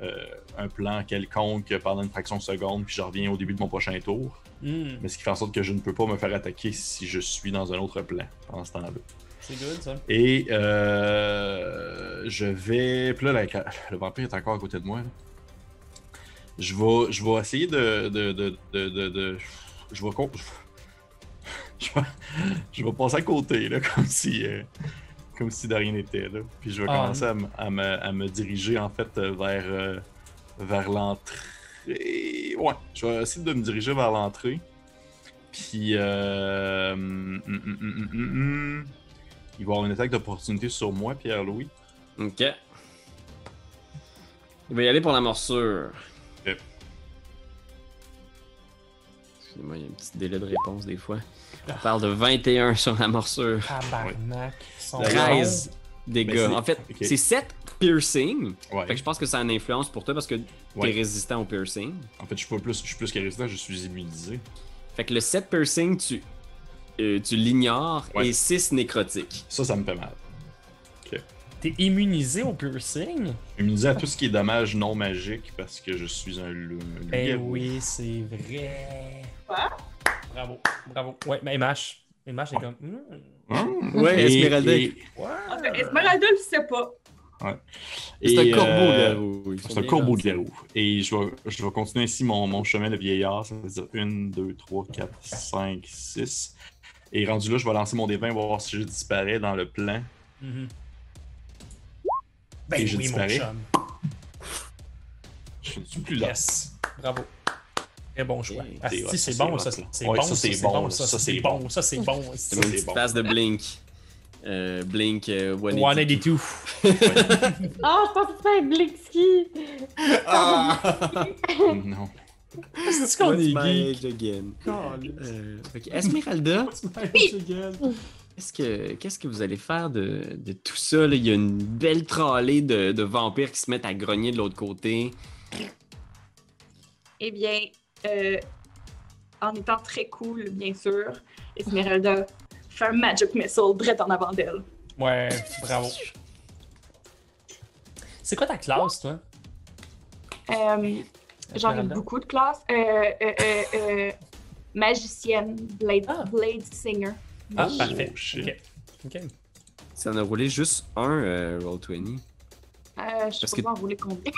S2: euh, un plan quelconque pendant une fraction de seconde, puis je reviens au début de mon prochain tour.
S3: Hmm,
S2: Mais ce qui fait en sorte que je ne peux pas me faire attaquer si je suis dans un autre plan pendant ce temps-là.
S3: C'est good, ça.
S2: Et euh, je vais. Puis là, la- le vampire est encore à côté de moi. là. Je vais, je vais essayer de. de, de, de, de- de- Je vais. con- Je vais, je vais passer à côté, là, comme si. euh, Comme si de rien n'était, là. Puis je vais
S3: Ah,
S2: commencer à, me- à me, à me diriger, en fait, euh, vers, euh, vers l'entrée. Ouais, je vais essayer de me diriger vers l'entrée. Puis. euh, hum, hum, hum, hum, hum, hum. Il va y avoir une attaque d'opportunité sur moi, Pierre-Louis.
S1: Ok. Il va y aller pour la morsure.
S2: Ok.
S1: Excusez-moi, il y a un petit délai de réponse des fois. On parle de 21 sur la morsure.
S3: Tabarnak. ils sont
S2: D'ailleurs-
S1: 13 dégâts.
S2: Mais c'est-
S1: En fait,
S2: ok.
S1: c'est 7 piercing.
S2: Ouais.
S1: Fait que je pense que ça a une influence pour toi parce que
S2: Ouais.
S1: t'es résistant au piercing.
S2: En fait, je suis pas plus, je suis plus que résistant, je suis immunisé.
S1: Fait que le 7 piercing, tu, euh, tu l'ignores
S2: Ouais.
S1: et 6 nécrotiques.
S2: Ça, ça me fait mal.
S3: bons. T'es immunisé au piercing?
S2: Immunisé à tout ce qui est dommage non magique parce que je suis un loup. un
S3: Ben
S2: loup-garou.
S3: oui, c'est vrai.
S5: Quoi?
S3: Bravo, bravo. Ouais, mais MH. MH est comme. hmm.
S2: Mmh.
S1: Ouais,
S2: Et-
S1: Esmeralda.
S2: et-
S5: En fait, Ah, Esmeralda le sait pas.
S1: C'est
S2: et,
S1: un corbeau,
S2: euh,
S1: garou. Ils sont
S2: C'est un
S1: bien
S2: corbeau de
S1: gentils.
S2: garou. Et je vais, je vais continuer ainsi mon, mon chemin de vieillard. Ça veut dire 1, 2, 3, 4, 5, 6. Et rendu là, je vais lancer mon dévin, voir si je disparais dans le plan.
S3: Mhm.
S2: Et je disparais. Je ne suis plus là.
S3: Yes. Bravo. Très bon choix.
S2: Hey,
S3: Ah,
S2: t'es hot,
S3: si, c'est
S2: ça,
S3: bon, ça.
S2: c'est hot,
S3: C'est
S2: là.
S3: c'est
S2: Ouais,
S3: bon,
S2: ça, c'est bon,
S3: ça.
S2: là. Ça,
S3: C'est
S2: c'est
S3: bon, ça, c'est bon.
S1: C'est
S3: ça.
S2: bon.
S1: une petite
S2: bon.
S1: face de Blink. Euh, Blink, euh, 182.
S3: 182.
S4: Ah, je pense que tu fais un Blixky.
S1: Ah!
S2: non.
S3: C'est qu'on
S1: What's
S3: est
S1: my
S3: geek.
S1: age again? Euh, fait que Esmeralda, qu'est-ce que, qu'est-ce que vous allez faire de, de tout ça? là? Il y a une belle tralée de, de vampires qui se mettent à grogner de l'autre côté.
S5: Eh bien, euh, en étant très cool, bien sûr, Esmeralda fait un magic missile direct en avant d'elle.
S3: Ouais, bravo. C'est quoi ta classe, toi?
S5: Euh, J'en ai
S3: Esmeralda?
S5: beaucoup de classes. Euh, euh, euh, euh, magicienne, blade,
S3: Ah.
S5: blade singer. Euh,
S3: Ah,
S5: Oui.
S3: parfait.
S2: Oh, shit.
S3: Ok. Ok.
S1: Ça en a roulé juste un euh, Roll20.
S5: Euh, je
S1: Parce
S5: sais
S1: que-
S5: pas enrouler combien.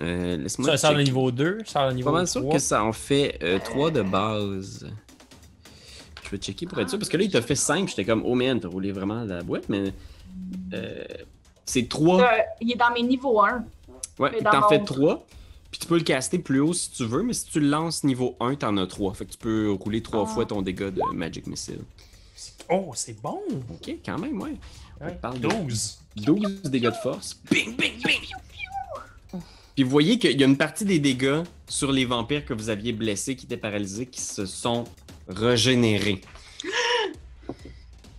S1: Euh, laisse-moi
S3: Ça sort le
S1: checker.
S3: niveau 2, ça sort le
S1: Je suis
S3: niveau
S1: pas
S3: 3.
S1: mal sûr que ça en fait 3 de base. Je vais checker pour être sûr, parce que là, il t'a fait 5, j'étais comme, oh man, t'as roulé vraiment la boîte, mais. euh, c'est
S3: Oh.
S1: 3.
S5: Euh, il est dans mes niveaux 1.
S1: Ouais,
S5: mais
S1: il
S5: dans
S1: t'en
S5: mon-
S1: fait 3. Puis tu peux le caster plus haut si tu veux, mais si tu le lances niveau 1, t'en as 3. Fait que tu peux rouler 3
S5: Ah.
S1: fois ton dégât de Magic Missile.
S3: Oh, c'est bon!
S1: Ok, quand même, ouais.
S3: Ouais,
S1: parle de-
S3: 12.
S1: 12 dégâts de force. Bing, bing, bing! Puis vous voyez qu'il y a une partie des dégâts sur les vampires que vous aviez blessés, qui étaient paralysés, qui se sont régénérés.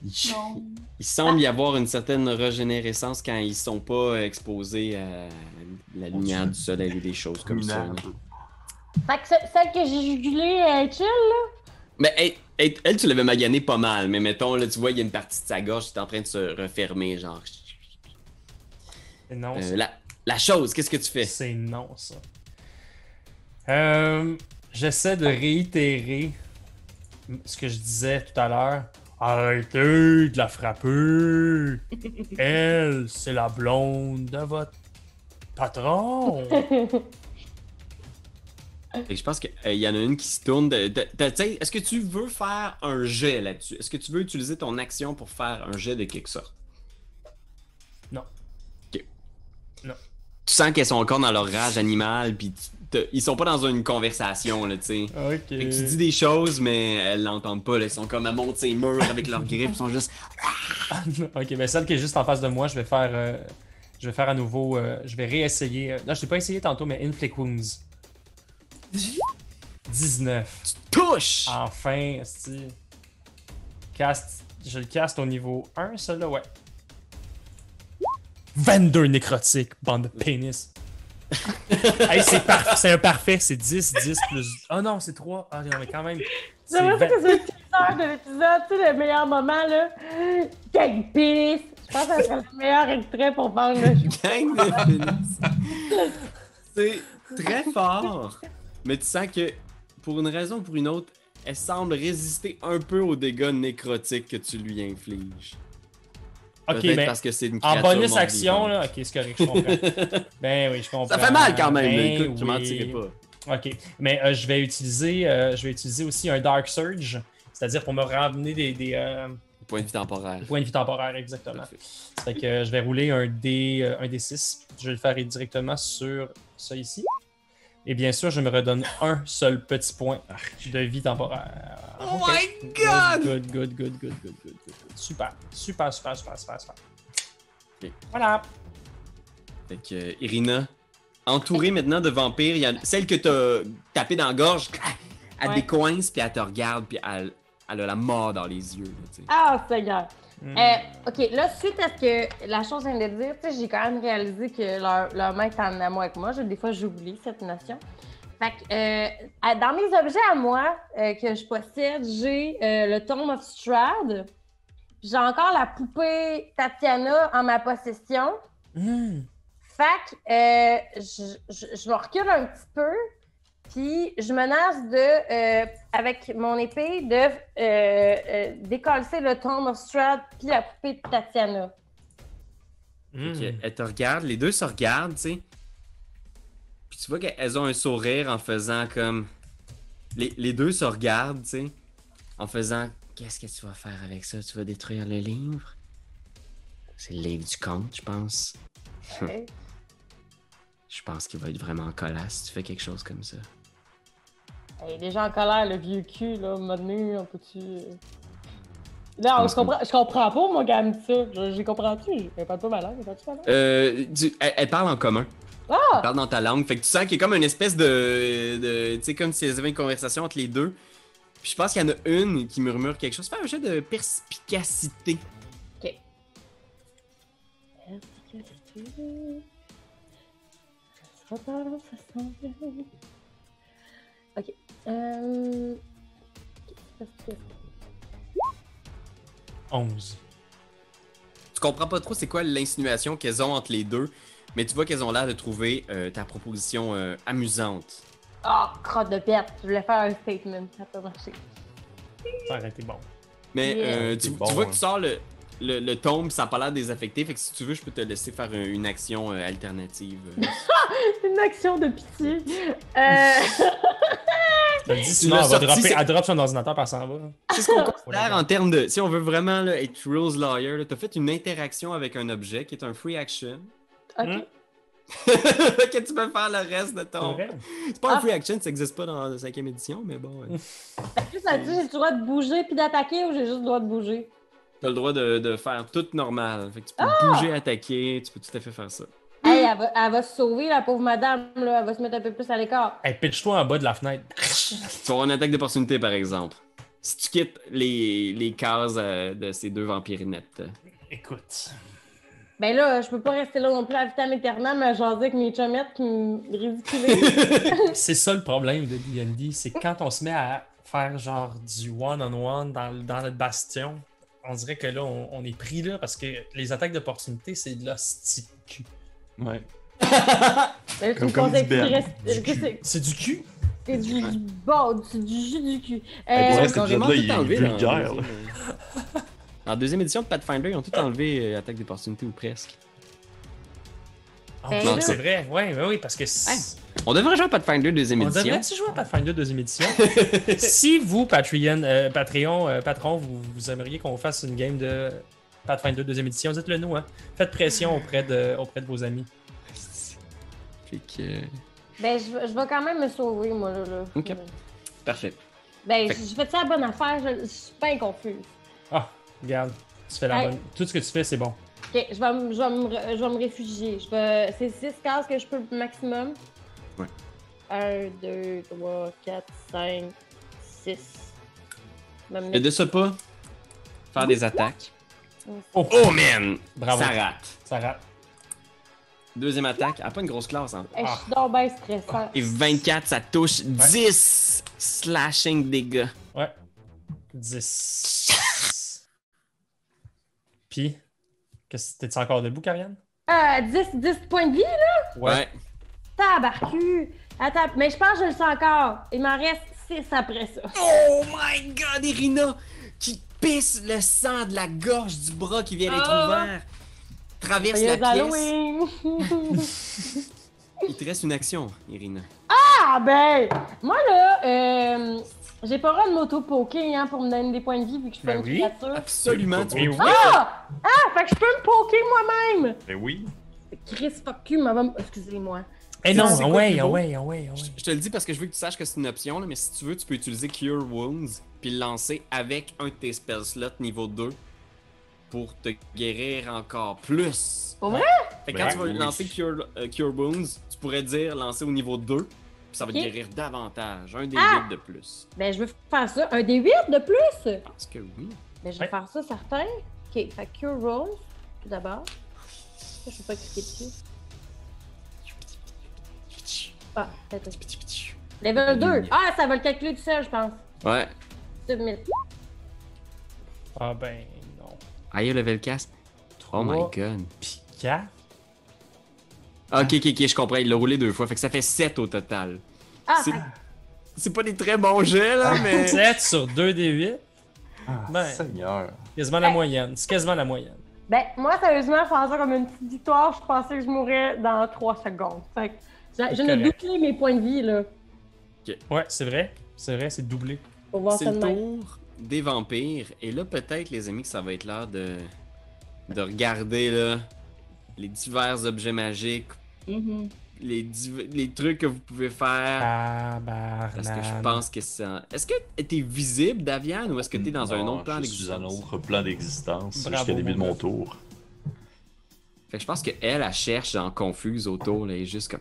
S1: Il-
S5: Non.
S1: Il semble y avoir une certaine régénérescence quand ils sont pas exposés à la lumière du soleil ou des choses comme ça. là.
S4: Fait que ce- celle que j'ai jugulée, elle est chill.
S1: Mais elle, elle- elle, tu l'avais magané pas mal, mais mettons, là, tu vois, il y a une partie de sa gorge qui est en train de se refermer, genre.
S3: Et Non,
S1: Euh,
S3: c'est-
S1: la, la chose, qu'est-ce que tu fais?
S3: c'est non, ça. Euh, J'essaie de réitérer ce que je disais tout à l'heure. Arrêtez de la frapper! Elle, c'est la blonde de votre patron!
S1: Fait que je pense qu'il y en a une qui se tourne. de- de- de- tu sais, Est-ce que tu veux faire un jet là-dessus? Est-ce que tu veux utiliser ton action pour faire un jet de quelque sorte?
S3: Non.
S1: Ok.
S3: Non.
S1: Tu sens qu'elles sont encore dans leur rage animale, puis tu- te- ils sont pas dans une conversation, là, tu sais.
S3: Ok.
S1: Fait que tu dis des choses, mais elles l'entendent pas. là. Elles sont comme, elles montent ces murs avec leurs griffes, elles sont juste.
S3: ok, ben celle qui est juste en face de moi, je vais faire, euh, je vais faire à nouveau, euh, je vais réessayer. Non, je l'ai pas essayé tantôt, mais Inflict Wounds. 19.
S1: Tu
S3: Ah.
S1: touches!
S3: Enfin, si. Cast, je le caste au niveau 1, celui-là, ouais. 22 nécrotiques, bande de pénis. hey, c'est parfait, c'est un parfait, c'est 10, 10 plus. Oh non, c'est 3. Ah non, mais quand même. c'est
S4: J'aimerais ça
S3: 20.
S4: que c'est le teaser de l'épisode, tu sais, le meilleur moment, là. Gang pénis. Je pense que c'est le meilleur extrait pour faire le jeu.
S1: Gang
S3: Ah,
S1: de pénis. C'est très fort. Mais tu sens que, pour une raison ou pour une autre, elle semble résister un peu aux dégâts nécrotiques que tu lui infliges.
S3: Ok,
S1: Peut-être
S3: ben.
S1: parce que c'est une
S3: En
S1: créature
S3: bonus
S1: non
S3: action,
S1: vivante.
S3: là. Ok, c'est correct, je comprends. ben oui, je comprends.
S1: Ça fait mal quand même, là.
S3: Ben
S1: écoute, je m'en
S3: oui.
S1: tirais pas.
S3: Ok, mais euh, je, vais utiliser, euh, je vais utiliser aussi un Dark Surge, c'est-à-dire pour me ramener des, des, euh,
S1: Point de vue temporaire.
S3: des points de vie temporaire, exactement.
S1: Parfait.
S3: Ça Fait que euh, je vais rouler un D, euh, un D6. Je vais le faire directement sur ça ici. Et bien sûr, je me redonne un seul petit point de vie temporaire.
S1: Oh
S3: Ok.
S1: my God!
S3: Good, good, good, good, good, good, good, good. Super, super, super, super, super, super.
S1: Ok.
S3: Voilà.
S1: Fait que, euh, Irina, entourée maintenant de vampires, il y a celle que t'as tapé dans la gorge, elle
S4: Ouais.
S1: décoince, puis elle te regarde, puis elle, elle a la mort dans les yeux, là, tu sais.
S4: Ah, Seigneur.
S3: Hmm.
S4: Euh, ok, là, suite à ce que la chose vient de dire, tu sais, j'ai quand même réalisé que leur, leur main est en amour avec moi. Je- des fois, j'oublie cette notion. Fait que, euh, à- dans mes objets à moi euh, que je possède, j'ai euh, le Tomb of Strad. J'ai encore la poupée Tatiana en ma possession.
S3: Hmm.
S4: Fait que, euh, je, je, je me recule un petit peu, puis je menace de, euh, avec mon épée, de euh, euh, décalcer le tombe of Strad puis la poupée de Tatiana.
S1: Fait que
S3: Hmm.
S1: Elle te regarde, les deux se regardent, tu sais. Puis tu vois qu'elles ont un sourire en faisant comme. Les, les deux se regardent, tu sais. En faisant Qu'est-ce que tu vas faire avec ça Tu vas détruire le livre C'est le livre du conte, je pense.
S4: Ouais.
S1: Je pense qu'il va être vraiment en colère si tu fais quelque chose comme ça.
S4: Il est déjà en colère, le vieux cul, là, menu, on peut-tu. euh. Non, je comprends, je comprends pas, moi, gamme ça. Je- J'y comprends-tu? Je comprends pas ma langue, je comprends-tu ma langue?
S1: Euh, tu- elle, elle parle en commun. Elle
S4: Ah!
S1: parle dans ta langue. Fait que tu sens qu'il y a comme une espèce de. de- tu sais, comme s'il y avait une conversation entre les deux. Puis je pense qu'il y en a une qui murmure quelque chose. Fais un jet de perspicacité.
S4: Ça sera pas, ça sent bien. Ok. Euh... qu'est-ce que c'est?
S3: 11.
S1: Tu comprends pas trop c'est quoi l'insinuation qu'elles ont entre les deux, mais tu vois qu'elles ont l'air de trouver euh, ta proposition euh, amusante.
S4: Ah, crotte de perte. Je voulais faire un statement. Ça peut marcher.
S3: Ça aurait été bon.
S1: Mais
S4: Yeah.
S1: euh, tu,
S2: C'est
S1: tu
S2: bon,
S1: vois
S2: hein.
S1: que tu sors le, le, le tome, ça a pas l'air désaffecté. Fait que si tu veux, je peux te laisser faire euh, une action euh, alternative. euh,
S4: Une action de pitié. Euh...
S3: Je te le dis,
S1: l'as
S3: sinon, elle va
S1: sorti,
S3: dropper,
S1: c'est-
S3: elle drop son ordinateur par s'en va.
S1: C'est ce qu'on
S3: Whatever.
S1: considère en termes de. Si on veut vraiment là, être Rules Lawyer, là, t'as fait une interaction avec un objet qui est un free action.
S4: ok.
S1: que tu peux faire le reste de
S3: C'est
S1: ton.
S3: vrai.
S1: C'est pas un
S4: Ah.
S1: free action, ça existe pas dans la cinquième édition, mais bon. euh,
S4: Juste là-dessus, j'ai le droit de bouger puis d'attaquer ou j'ai juste le droit de bouger?
S1: T'as le droit de, de faire tout normal. Fait que tu peux bouger, attaquer, tu peux tout à fait faire ça.
S4: Hey, elle va, elle va se sauver, la pauvre madame. Là. Elle va se mettre un peu plus à l'écart.
S3: Hey, pitch-toi en bas de la fenêtre.
S1: Tu vas avoir une attaque d'opportunité, par exemple. Si tu quittes les, les cases euh, de ces deux vampirinettes.
S3: Écoute.
S4: Ben là, je peux pas rester là non plus à vitam aeternam à jaser avec mes chumettes qui me ridiculisent.
S3: C'est ça le problème de D&D, c'est que quand on se met à faire genre du one-on-one dans, le- dans le bastion, on dirait que là, on, on est pris là parce que les attaques d'opportunité, c'est de l'hostie de cul.
S2: Ouais.
S4: Ben là, tu
S2: Comme-
S4: me
S2: comme
S4: conseilles
S2: dit
S4: que tu
S2: Ben.
S4: restes- euh, que c'est-
S3: C'est du cul?
S4: C'est du, du bon, c'est du jus du cul.
S2: Ouais,
S4: Euh,
S2: cet épisode-là, il est vulgaire, là.
S1: En deuxième édition de Pathfinder, ils ont tout enlevé euh, attaque d'opportunité ou presque.
S3: Ah,
S4: Ben
S3: ok,
S1: là.
S3: c'est vrai, oui, oui, oui, parce que c'est-
S1: On devrait jouer à Pathfinder deuxième
S3: on
S1: édition.
S3: devrait-tu jouer à Pathfinder deuxième édition? si vous, Patreon, euh, Patreon, euh, patron, vous, vous aimeriez qu'on fasse une game de Pathfinder deuxième édition, dites-le nous, hein. Faites pression auprès de, auprès de vos amis.
S1: Fait que, euh,
S4: ben, je, vais- je vais quand même me sauver, moi, là. là.
S1: Ok. Parfait.
S4: Ben,
S1: Fait que-
S4: je fais ça la bonne affaire, je, je suis bien confuse.
S3: Ah, regarde, tu fais la
S4: Hey.
S3: bonne. Tout ce que tu fais, c'est bon.
S4: Ok, je vais, me- je, vais me, re- je vais me réfugier. Je vais, c'est 6 cases que je peux maximum.
S1: Ouais.
S4: 1, 2, 3, 4, 5, 6.
S1: Mais de ce pas, faire des attaques.
S3: Oh,
S1: Oh man!
S3: Bravo.
S1: Ça rate.
S3: ça rate.
S1: Deuxième attaque, elle a pas une grosse classe en
S4: Eh, je suis donc bien stressante.
S1: Et 24, ça touche 10 slashing dégâts.
S3: 10. Puis, qu'est-ce t'es-tu encore debout, Karianne?
S4: Euh, 10, 10 points de vie, là?
S1: Ouais.
S4: Tabarcu! Attends, mais je pense que je le sens encore. Il m'en reste 6 après ça.
S1: Oh my god, Irina! Qui pisse le sang de la gorge du bras qui vient d'être
S5: Ah.
S1: ouvert. Traverse la
S4: Joyeux
S1: pièce.
S4: Halloween!
S1: Il te reste une action, Irina.
S4: Ah ben, moi là, euh, j'ai pas le droit de m'auto-poker hein, pour me donner des points de vie vu que je suis
S3: Ben
S4: une
S3: oui.
S4: créature.
S1: Absolument, tu
S2: Mais
S1: peux-
S2: oui.
S4: Ah! Ah, fait que je peux me poker moi-même!
S2: Ben oui.
S4: Chris, fuck you, maman. Excusez-moi.
S3: Eh
S1: C'est-
S3: non,
S1: c'est
S3: ah
S1: quoi
S3: ouais,
S1: le
S3: ah
S1: niveau?
S3: ouais, ah ouais, ah
S1: Je-
S3: ouais.
S1: Je te le dis parce que je veux que tu saches que c'est une option, là, mais si tu veux, tu peux utiliser Cure Wounds puis le lancer avec un de tes spell slots niveau 2 pour te guérir encore plus.
S4: Pour vrai?
S1: Fait que quand
S2: Ben
S1: tu vas
S2: oui.
S1: lancer Cure, euh, Cure Wounds, tu pourrais dire lancer au niveau 2 puis ça va
S4: Ok.
S1: te guérir davantage, un des
S4: Ah!
S1: 8 de plus.
S4: Ben, je veux faire ça. Un des 8 de plus!
S1: Je pense que oui.
S4: Ben, je vais
S3: Ouais.
S4: faire ça, certain. Ok, fait que Cure Rose, tout d'abord. Ça, je peux pas cliquer dessus. Ah, peut-être. Level 2. Ah, ça va le calculer tout seul, je pense.
S1: Ouais.
S4: Deux minutes.
S3: Ah ben non.
S1: Aïe, level cast. Oh my
S3: Trois,
S1: god.
S3: Puis quatre.
S1: Ah, Ok, ok, ok, je comprends. Il l'a roulé deux fois. Fait que ça fait 7 au total.
S4: Ah,
S1: C'est- C'est pas des très bons jets, là, mais.
S3: 7 sur 2 des 8.
S2: Ah,
S3: Ben.
S2: Seigneur.
S3: Quasiment la
S4: Hey.
S3: moyenne. C'est quasiment la moyenne.
S4: Ben, moi, sérieusement, je pensais comme une petite victoire. Je pensais que je mourrais dans 3 secondes. Fait que j'ai- je n'ai
S3: correct.
S4: doublé mes points de vie, là.
S3: Ouais, c'est vrai. C'est vrai, c'est doublé.
S4: Pour voir
S1: C'est
S4: ça
S1: le
S4: de même.
S1: tour des vampires. Et là, peut-être, les amis, que ça va être l'heure de,
S3: Mm-hmm.
S1: de regarder là, les divers objets magiques, les, div- les trucs que vous pouvez faire. Ah.
S3: Tabarnak.
S1: Parce que je pense que ça. Est-ce que t'es visible, Davian, ou est-ce que t'es dans un
S2: Non,
S1: autre plan
S2: Je suis un
S1: d'existence?
S2: autre plan d'existence
S3: Bravo,
S2: jusqu'au début de
S3: mon
S2: mon
S3: gars.
S2: tour.
S1: Fait que je pense qu'elle, elle cherche, genre, confuse autour, là, et juste comme.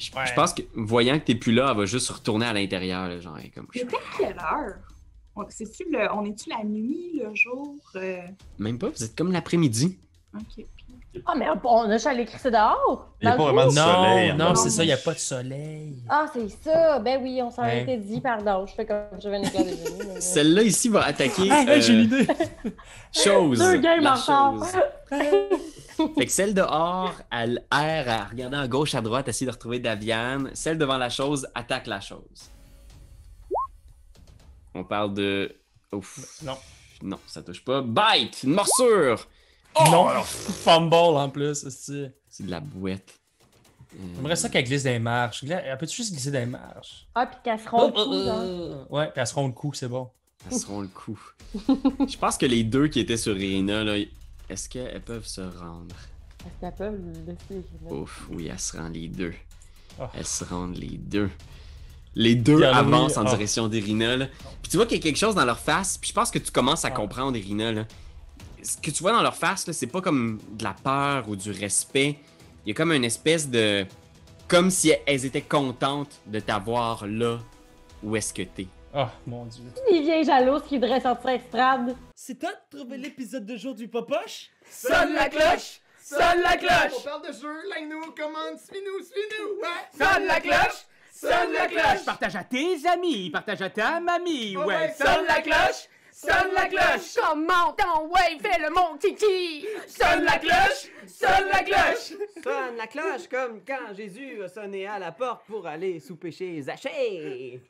S1: Je, je
S3: Ouais.
S1: pense que, voyant que t'es plus là, elle va juste retourner à l'intérieur, là, genre, elle est comme.
S5: Il était quelle heure? On est-tu on est-tu la nuit, le jour? euh,
S1: Même pas, vous êtes comme l'après-midi.
S5: ok.
S4: Ah, mais on a j'allais écrit ça dehors.
S2: Il n'y a
S4: dans
S2: pas
S4: le
S2: vraiment de
S4: trou.
S2: soleil.
S3: Non,
S1: hein.
S2: en
S3: non,
S2: fait.
S3: c'est ça, il n'y a pas de soleil.
S4: Ah, c'est ça. Ben oui, on s'en
S3: Ouais.
S4: était dit, pardon. Je fais comme je vais éclairer de génie. mais-
S1: Celle-là ici va attaquer.
S3: Ah, hey, j'ai
S1: euh,
S3: une idée.
S1: Chose.
S4: Deux games
S1: la
S4: en retard.
S1: chose. Fait que celle dehors, elle erre à regarder à gauche, à droite, essayer de retrouver Daviane. Celle devant la chose attaque la chose. On parle de. Ouf.
S3: Non.
S1: Non, ça touche pas. Bite! Une morsure!
S3: non, fumble en plus. c'est-tu.
S1: C'est de la bouette. Euh,
S3: J'aimerais ça qu'elle glisse dans les marches. Gla- Peux-tu juste glisser dans les marches?
S4: Ah, puis qu'elle se
S3: Oh,
S4: rompe tout, hein. genre.
S3: Ouais, puis elle se rend le cou, c'est bon.
S1: Elles seront le coup. Je pense que les deux qui étaient sur Irina, là, est-ce qu'elles peuvent se rendre?
S4: Parce qu'elle peut le laisser.
S1: Ouf, oui, elles se rendent les deux.
S3: Ah.
S1: Elles se rendent les deux. Les deux
S3: Il y en a
S1: avancent
S3: eu-
S1: en
S3: ah.
S1: direction d'Irina. là. Puis tu vois qu'il y a quelque chose dans leur face. Puis je pense que tu commences à
S3: Ah.
S1: comprendre, Irina. là. Ce que tu vois dans leur face, là, c'est pas comme de la peur ou du respect. Il y a comme une espèce de. Comme si elles étaient contentes de t'avoir là où est-ce que t'es.
S3: Ah, mon Dieu.
S4: Les vieilles jalouses qui voudraient sortir Strad.
S6: C'est toi de trouver l'épisode de jour du Popoche?
S7: Sonne la cloche! Sonne la cloche!
S8: parle de jeu, like-nous, commande, suis-nous, suis-nous, ouais!
S7: Sonne la cloche! Sonne la cloche!
S6: Partage à tes amis, partage à ta mamie,
S8: Oh
S6: ouais.
S8: ouais,
S7: Sonne la cloche! Sonne la cloche!
S9: Comment ton wave fait le mon kiki?
S7: Sonne la cloche! Sonne la cloche!
S6: Sonne la cloche comme quand Jésus a sonné à la porte pour aller souper chez Zachée.